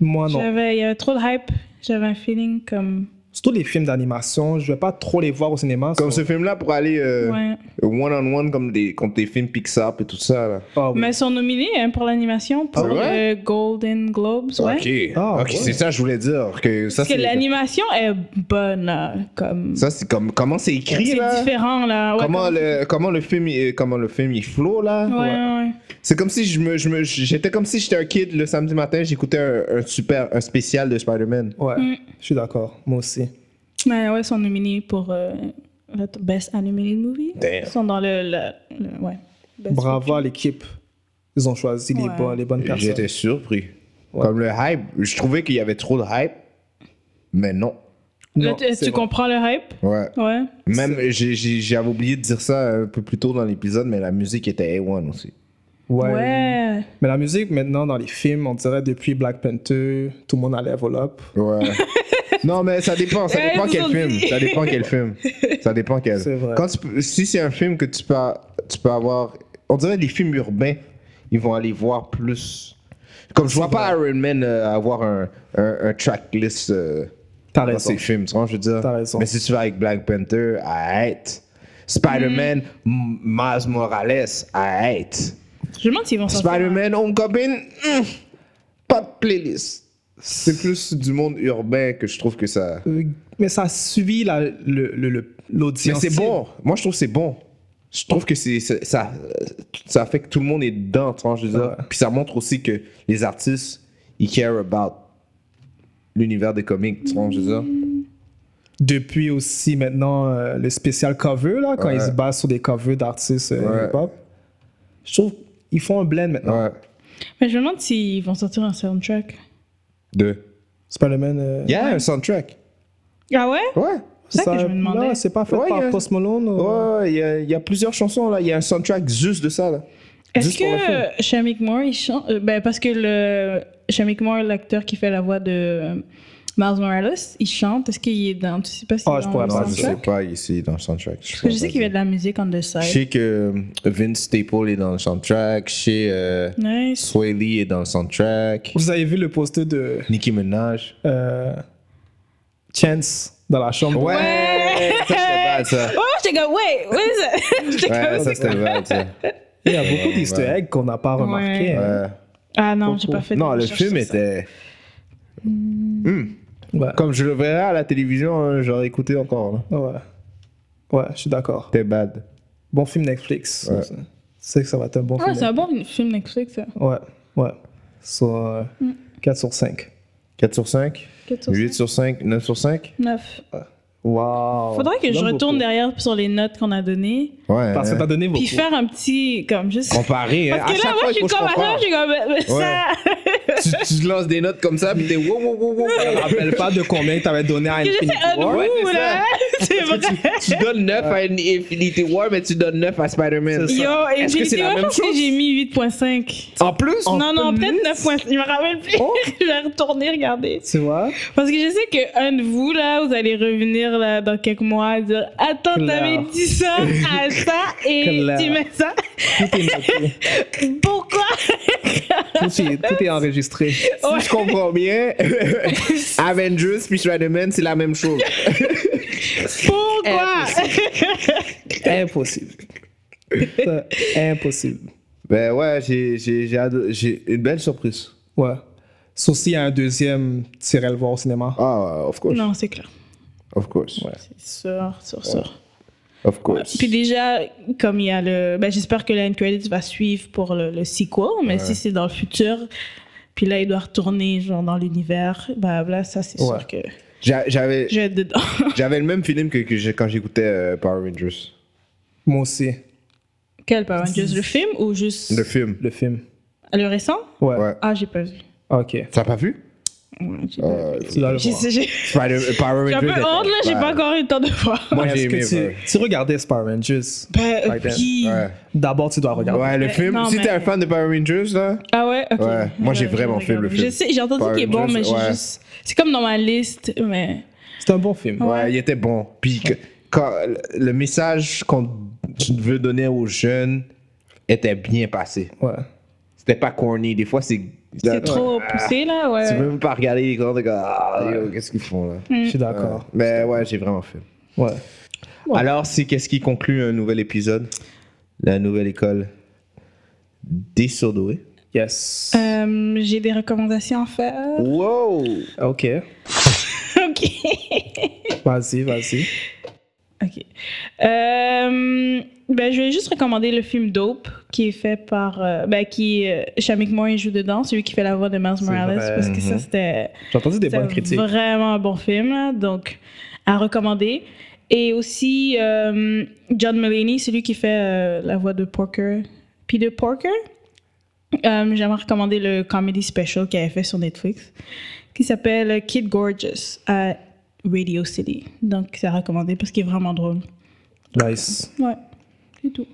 moi non. J'avais, il y avait trop de hype. J'avais un feeling comme. Surtout les films d'animation, je vais pas trop les voir au cinéma. Comme so- ce film-là pour aller euh, ouais. one-on-one comme des, contre des films Pixar et tout ça. Là. Ah oui. Mais ils sont nominés hein, pour l'animation pour Ah ouais? le Golden Globes, ouais. Ok, Ah, Ok, ouais. c'est ça que je voulais dire. Que ça, Parce que c'est, l'animation est bonne, là, comme. ça, c'est comme, comment c'est écrit c'est là différent, là. Ouais, comment, comme- le, comment, le film, il- comment le film il flow là Ouais, ouais, ouais. C'est comme si je me, je me- j'étais comme si j'étais un kid le samedi matin, j'écoutais un, un super un spécial de Spider-Man. Ouais, Mm. je suis d'accord, moi aussi. Mais ouais, ils sont nominés pour euh, le Best Animated Movie. Damn. Ils sont dans le. le- le- ouais. Best Bravo Picture. à l'équipe. Ils ont choisi les, Ouais. bons- les bonnes personnes. J'étais surpris. Ouais. Comme le hype, je trouvais qu'il y avait trop de hype, mais non. Là, Non, tu- c'est tu vrai. comprends le hype? Ouais. Ouais. Même j'ai- j'ai- j'avais oublié de dire ça un peu plus tôt dans l'épisode, mais la musique était A1 aussi. Ouais. ouais. Mais la musique, maintenant, dans les films, on dirait depuis Black Panther, tout le monde a level up. Ouais. non, mais ça dépend. Ça Eh, dépend ils quel ont film. dit. Ça dépend quel film. Ça dépend quel. C'est vrai. Quand tu peux- si c'est un film que tu peux, tu peux avoir. On dirait les films urbains, ils vont aller voir plus. Comme je vois pas Iron Man euh, avoir un, un, un tracklist euh, T'as dans raison. ses films, tu vois, je veux dire. T'as raison. Mais si tu vas avec Black Panther, arrête. Spider-Man, Mm. M- Miles Morales, arrête. Je me demande s'ils vont sortir. Spider-Man Homecoming, hum, pas de playlist. C'est plus du monde urbain que je trouve que ça. Euh, Mais ça suit la- le- le- le- Mais l'audience. c'est bon. Moi, je trouve que c'est bon. Je trouve que c'est c'est- ça, ça fait que tout le monde est dedans, tu vois, je veux dire. Ouais. Puis ça montre aussi que les artistes, ils care about l'univers des comics, tu vois, je veux dire. Depuis aussi maintenant euh, le spécial cover, là, quand Ouais. ils se basent sur des covers d'artistes euh, Ouais. hip-hop. Je trouve qu'ils font un blend maintenant. Ouais. Mais je me demande s'ils vont sortir un soundtrack. Deux. Spider-Man. euh, Il y a un soundtrack. Ah ouais? Ouais. C'est ça que je me demandais. Non, c'est pas fait Ouais, il y par a- Post Malone. ou- Ouais, il y a, il y a plusieurs chansons, là. Il y a un soundtrack juste de ça, là. Est-ce Juste pour le film. que Shamik Moore, il chante euh, Ben, parce que le Shamik Moore, l'acteur qui fait la voix de euh, Miles Morales, il chante. Est-ce qu'il est dans. Tu sais pas si Ah, je pourrais pas, Non, je sais pas ici dans le soundtrack. Parce que je sais qu'il y a de la musique on the Je side. sais que euh, Vince Staple est dans le soundtrack. Je sais euh, Nice. Sway Lee est dans le soundtrack. Vous avez vu le poster de Nicki Minaj. euh, Chance dans la chambre. Ouais! Ça, c'était bad, ça. Oh, j'étais comme, wait, what is that? J'étais Ouais, comme- ça, c'était bad, ça. Il y a beaucoup d'easter eggs qu'on n'a pas remarqué. hein. Ouais. Ah non, j'ai pas fait de Non, le recherche film sur ça. était... Ouais. Comme je le verrais à la télévision, hein, j'aurais écouté encore. là. Ouais. Ouais, je suis d'accord. C'était bad. Bon film Netflix. Ouais. Tu sais que ça va être un bon Ouais, film. c'est un bon film Netflix, ça. Ouais, ouais. Sur euh, Mm. 4 sur 5. 4 sur 5, 4 sur 8 sur 5, 9 sur 5. 9. Oh, Wow. Faudrait que je J'aime retourne beaucoup. derrière sur les notes qu'on a données. Ouais. Parce que t'as hein. donné beaucoup. Puis faire un petit. Comme juste. Comparé, hein. Parce À que chaque là, fois, moi, je il suis faut que comme. je Ah, compare. je suis comme. mais Ça. tu, tu lances des notes comme ça, puis t'es wow, wow, wow, wow. Je me rappelle pas de combien t'avais donné à Que j'étais Infinity War. Ouais, un c'est vous, là. C'est vrai. tu donnes 9 à Infinity War, mais tu donnes 9 à Spider-Man. C'est Yo, Est-ce que Infinity c'est la War, je même pense que chose? j'ai mis 8.5. En plus, Non, non, plus? peut-être 9.5. Je me rappelle plus. Oh. je vais retourner regarder. Tu vois? Parce que je sais que un de vous, là, vous allez revenir là, dans quelques mois et dire Attends, Claire. t'avais dit ça à ça et Claire. tu mets ça. Tout est noté. Pourquoi tout, est, tout est enregistré. si je comprends bien, Avengers puis Spider-Man, c'est la même chose. Pourquoi Impossible. C'est Impossible. ben ouais, j'ai- j'ai j'ai ado- j'ai une belle surprise. Ouais. Sauf s'il y a un deuxième, tu irais le voir au cinéma. Ah, of course. Non, c'est clair. Of course. C'est sûr, sûr, sûr. Of course. Puis déjà, comme il y a le. Ben, J'espère que la end credits va suivre pour le, le sequel, mais si c'est dans le futur, puis là, il doit retourner genre, dans l'univers, ben là, ça, c'est Ouais. sûr que J'a- J'avais je vais être dedans. j'avais le même feeling que, que j'ai- quand j'écoutais euh, Power Rangers, Moi aussi, Quel Power Rangers Le film ou juste. le film. le film. Le récent Ouais. Ouais. Ah, j'ai pas vu. Ok. T'as pas vu? Ouais, j'ai pas Euh, Tu vas le vu. J'ai- voir. j'ai- j'ai- Spider- euh, Power J'ai un Rangers. peu honte, là, j'ai était- pas ouais. encore eu le temps de voir. Moi, j'ai Est-ce aimé. que ouais. tu, tu regardais Power Rangers. Ben, Like that. puis- Ouais. D'abord, tu dois regarder. Ouais, le Mais- film. Ben, non, si t'es mais- un fan de Power Rangers, là. Ah ouais, ok. Ouais, moi, j'ai Je- je vraiment vais fait le regarder. film. Je sais, j'ai entendu Power qu'il est bon, Rangers, mais j'ai ouais. juste. C'est comme dans ma liste, mais. C'est un bon film. Ouais, il était bon. Puis que- quand, le message qu'on tu veux donner aux jeunes était bien passé. Ouais. C'était pas corny. Des fois, c'est. C'est trop euh, poussé, là, Tu ouais. veux même pas regarder les grands, t'es comme, Ah, yo, qu'est-ce qu'ils font là? Je suis Ouais. Mm. d'accord. Mais ouais, j'ai vraiment fait. Ouais. Alors, c'est qu'est-ce qui conclut un nouvel épisode? La nouvelle école des surdoués. Yes. Euh, j'ai des recommandations à Oh. faire. Wow! Ok. ok. Vas-y, vas-y. Ok. Euh, ben, je vais juste recommander le film Dope, qui est fait par. euh, ben, qui. Euh, Shamik Moore il joue dedans, celui qui fait la voix de Miles Morales, vrai. parce que Mm-hmm. ça, c'était. J'ai entendu des C'est bonnes critiques. vraiment un bon film, là, donc à recommander. Et aussi euh, John Mulaney, celui qui fait euh, la voix de Porker, Peter Porker. Euh, J'aimerais recommander le comedy special qu'il avait fait sur Netflix, qui s'appelle Kid Gorgeous à Radio City. Donc c'est à recommander parce qu'il est vraiment drôle. Nice. Ouais, c'est tout.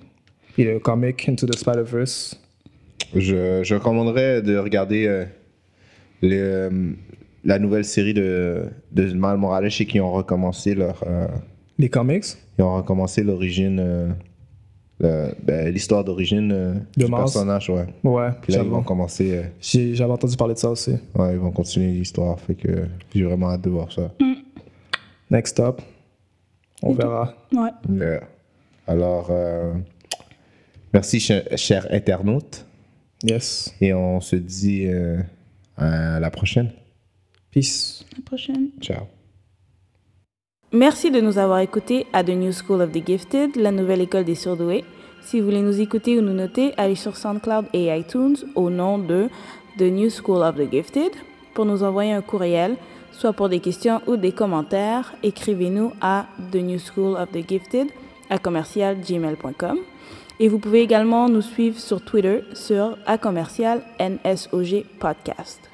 Puis le comic Into the Spider-Verse. Je, je recommanderais de regarder euh, les, euh, la nouvelle série de, de Mal Morales et qui ont recommencé leur, euh, Les comics Ils ont recommencé l'origine, euh, le- ben, l'histoire d'origine euh, De du Mars. personnage, ouais. Ouais, Puis là, ils vont j'avoue. commencer, euh, J'ai- j'avais entendu parler de ça aussi. ouais, ils vont continuer l'histoire. Fait que j'ai vraiment hâte de voir ça. Next up. On Et toi? verra. Ouais. Yeah. Euh, Alors, euh, merci, cher- chers internautes. Yes. Et on se dit euh, à la prochaine. Peace. À la prochaine. Ciao. Merci de nous avoir écoutés à The New School of the Gifted, la nouvelle école des surdoués. Si vous voulez nous écouter ou nous noter, allez sur SoundCloud et iTunes au nom de The New School of the Gifted pour nous envoyer un courriel, soit pour des questions ou des commentaires. Écrivez-nous à The New School of the Gifted à commercialgmail.com. Et vous pouvez également nous suivre sur Twitter sur à commercial NSOG Podcast.